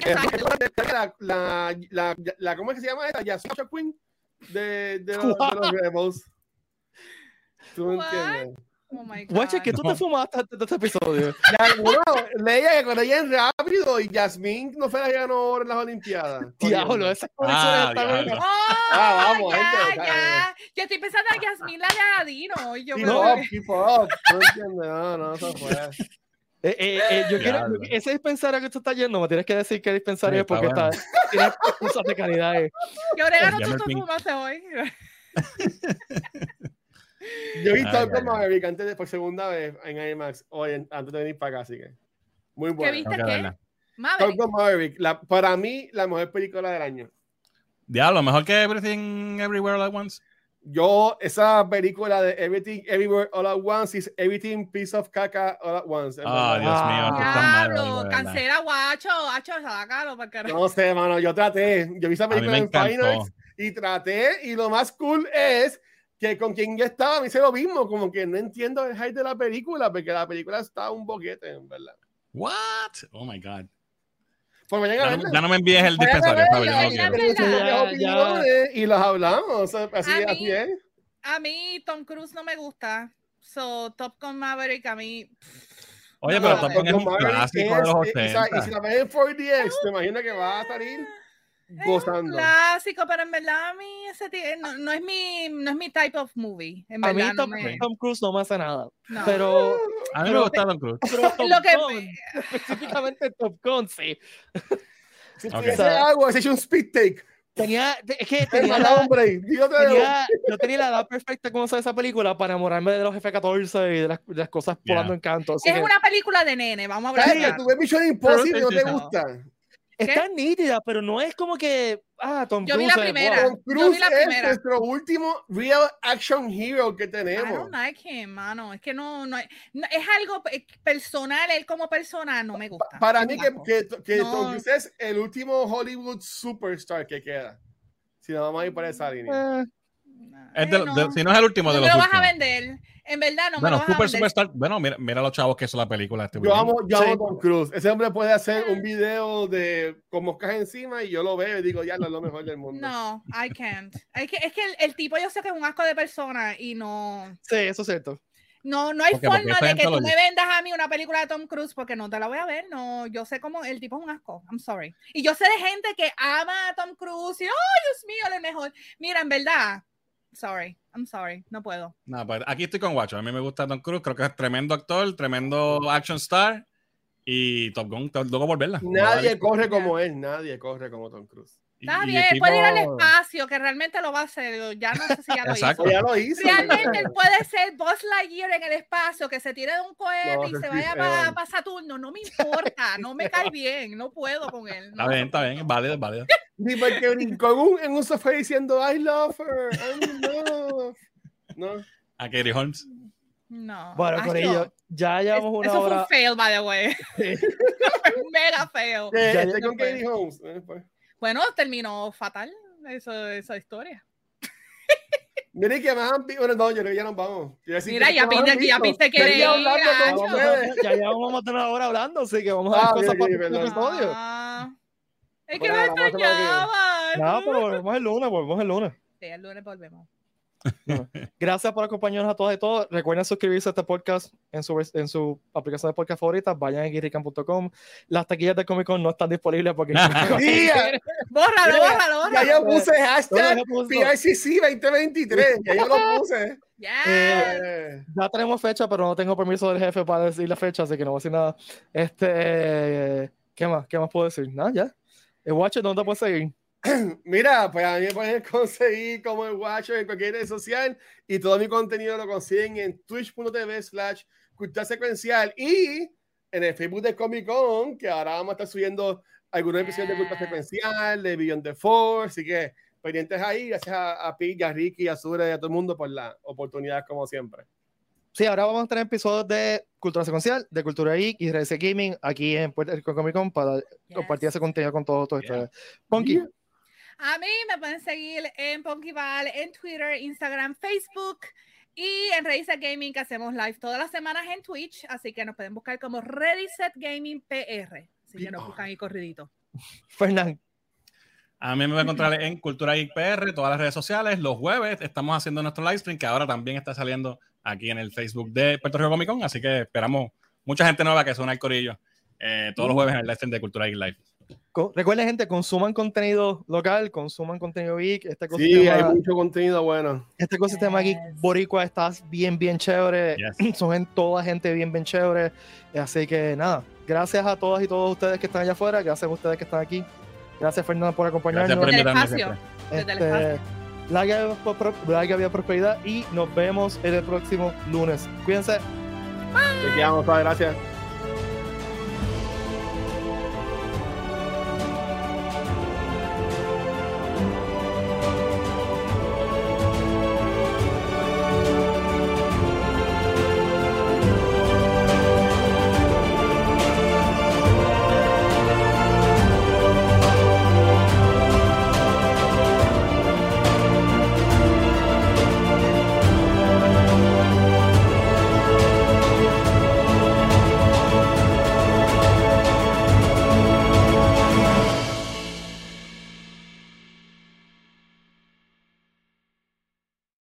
la, la, la, la- ¿cómo es que se llama esta? Yasucha Queen de, de, los, de los Rebels. ¿Tú me What? entiendes? Oh my God. Guache, que tú te fumaste antes de este episodio. La- bueno, leía que corrían rápido y Yasmín no fue la que ganó oro en las Olimpiadas. Diablo, esas conexiones están diablo. buenas. ¡Oh! Ah, vamos, ya, gente, ya. Yo estoy pensando en Yasmín la de Aladino. y Yo Keep creo up, que- keep up. ¿Tú me entiendes? No, no, pues. eso fue. Eh, eh, eh, yo quiero, Diablo. ese dispensario que tú estás yendo, me tienes que decir qué dispensario Sí, es porque está está, tienes excusas de calidad. eh. que orégano Ya tú me te pin- fumaste hoy. Yo vi Ay, Top ay, Gun ay. Maverick antes de, por segunda vez en IMAX hoy, en- antes de venir para acá, así que. Muy bueno. viste? Tengo que ¿Qué? verla. Maverick. Top Gun Maverick, la- para mí, la mejor película del año. Diablo, mejor que Everything Everywhere All At Once. Yo, esa película de Everything, Everywhere, All at Once, is Everything, Piece of Caca, All at Once. en Ah, verdad. Dios Ah. mío. qué tan malo, Diablo, de verdad. cancela guacho, hacho, sácalo para que No sé, mano, yo traté. Yo vi esa A mí película me en encantó. Finals y traté. Y lo más cool es que con quien yo estaba me hice lo mismo. Como que no entiendo el hype de la película, porque la película está un boquete, en verdad. What? Oh my God. Pues mañana Ya no, verla. ya no me envíes Vayan el a dispensario, verla, Fabio, yo no lo vayan a quiero. tenemos verla. nuestras propias Ya, ya. opiniones Y las hablamos. o sea, así, A así mí- es. A mí Tom Cruise no me gusta. So, Top Gun Maverick a mí. Oye, No, pero no, Top no, Gun es un Tom Hardy clásico de los Ah, es- y- y- 80. Y si la ves en 4DX, te imagino que va a salir gozando. eh, Clásico, pero en verdad a mí ese ti- eh, no, no es mi no es mi type of movie. En A mí verdad no Tom, me- Tom Cruise no me hace nada. no. Pero, A mí me Pero- gusta Tom Cruise. pero Top Lo que- Gun, específicamente Top Gun, sí. Si Ok. tuviese agua, se hecho un speed take. Tenía, es que tenía Hermano, la, hombre, Dios te tenía, yo tenía la edad perfecta como se esa película para enamorarme de los F-14 y de las, de las cosas Ya. volando en canto. así es que- una película de nene, vamos a hablar. Claro, claro. tú ves Mission Impossible y no te No. gusta. Está nítida, pero no es como que. Ah, Tom Yo vi Cruise. la eh, primera. wow. Yo Tom Cruise vi la es primera. nuestro último real action hero que I tenemos. don't like him, mano. Es que no, no, no- es algo pe- personal, él como persona no me gusta. Para mí que, que, que No. Tom Cruise es el último Hollywood superstar que queda. Si nos vamos a ir para esa línea. Eh, Es de- Ay, Eh, no. de- si no es el último No de me los lo vas a últimos. vender. En verdad no Bueno, me lo vas Super a vender. Superstar. Bueno, mira, mira los chavos que hizo la película. Este Yo William. amo, yo amo Sí. Tom Cruise. Ese hombre puede hacer Eh. un video de con moscas encima y yo lo veo y digo, ya no es lo mejor del mundo. No, I can't. Es que, es que el, el tipo yo sé que es un asco de persona y no, sí, eso es cierto. no, no hay ¿Por qué? Porque forma esa de gente que tú lo me dice. vendas a mí una película de Tom Cruise porque no te la voy a ver. No, yo sé cómo el tipo es un asco. I'm sorry. Y yo sé de gente que ama a Tom Cruise y, oh, Dios mío, él es mejor. Mira, en verdad, sorry, I'm sorry, no puedo. No, pues, aquí estoy con Guacho. A mí me gusta Tom Cruise. Creo que es tremendo actor, tremendo action star. Y Top Gun, tengo tengo que volverla. Nadie corre como él, nadie corre como Tom Cruise. Y- Está y el bien, puede ir al tipo- espacio que realmente lo va a hacer. Ya no sé si ya lo hizo. Exacto. Pero ya lo hizo. Realmente él puede ser Buzz Lightyear en el espacio, que se tire de un cohete No, y eso se es vaya Chris para eh. Evans. Saturno. No me importa, no me cae bien, no puedo con él. no Está bien, está soporto. bien, es válido, es válido. Ni porque brincó en un, en un sofá diciendo I love her, I love. No, A Katie Holmes. No. Bueno, ay, Corillo, no. ya llevamos Es- una Ah, eso fue hora. un fail, by the way. Fue un Mega fail. Eh, Ya, estoy ya con fue. Katie Holmes. eh, pues. Bueno, terminó fatal eso- esa historia. Mire que más han visto. Bueno, no, yo creo que ya nos vamos. Yo decía, Mira, creo ya que más Pete- han ya visto. Pete quiere Seguí hablando ir, con Vamos a- ustedes. ya llevamos más de una hora hablando, así que vamos a Ah, dar ok, cosas ok, para el próximo perdón. episodio. Ah, es que Bueno, nos vamos a hacer lo que- pues. extrañaba. Nada, pero volvemos el lunes, volvemos el lunes. Sí, el lunes volvemos. Gracias por acompañarnos a todas y todos. Recuerden suscribirse a este podcast en su, en su aplicación de podcast favorita. Vayan a guirrican.com. Las taquillas de Comic Con no están disponibles porque. Tía, Bórralo, Mira, bórralo, ya bórralo. yo puse No, no, hashtag no, no. PICC 2023. Ya yo lo puse. Yes. Eh, Ya tenemos fecha, pero no tengo permiso del jefe para decir la fecha, así que no voy a decir nada. Este, ¿qué más? ¿Qué más puedo decir? Nada, ya. El Watcher, ¿dónde te puedes seguir? Mira, pues a mí me pueden conseguir como el Watcher en cualquier red social y todo mi contenido lo consiguen en twitch.tv slash cultura secuencial y en el Facebook de Comic Con, que ahora vamos a estar subiendo algunos episodios de cultura Yes. secuencial, de Beyond the Force, así que pendientes ahí, gracias a, a Pete, a Ricky, a Sura y a todo el mundo por la oportunidad como siempre. sí, ahora vamos a tener episodios de Cultura Secuencial, de Cultura Geek y Red Gaming aquí en Puerto Rico Comic Con para Yes. compartir ese contenido con todos, todos Yeah. ustedes. Ponky, A mí me pueden seguir en Ponkival, en Twitter, Instagram, Facebook y en Reset Gaming, que hacemos live todas las semanas en Twitch. Así que nos pueden buscar como Reset Gaming PR. Así que nos buscan ahí corridito. Fernán, A mí me va a encontrar en Cultura Geek PR, todas las redes sociales. Los jueves estamos haciendo nuestro live stream, que ahora también está saliendo aquí en el Facebook de Puerto Rico Comic Con. Así que esperamos mucha gente nueva que suena al corillo eh, todos los jueves en el live stream de Cultura Geek Live. co- recuerden, gente, consuman contenido local, consuman contenido geek. Este Sí, ecosistema, hay mucho contenido bueno. este ecosistema geek Yes. boricua está bien, bien chévere. Yes. son en toda gente bien, bien chévere. Así que nada, gracias a todas y todos ustedes que están allá afuera, gracias a ustedes que están aquí. Gracias Fernando por acompañarnos. Gracias por Del invitarme. espacio. siempre. Desde el Este, larga, larga vida prosperidad y nos vemos en el próximo lunes. Cuídense. Te quedamos, gracias.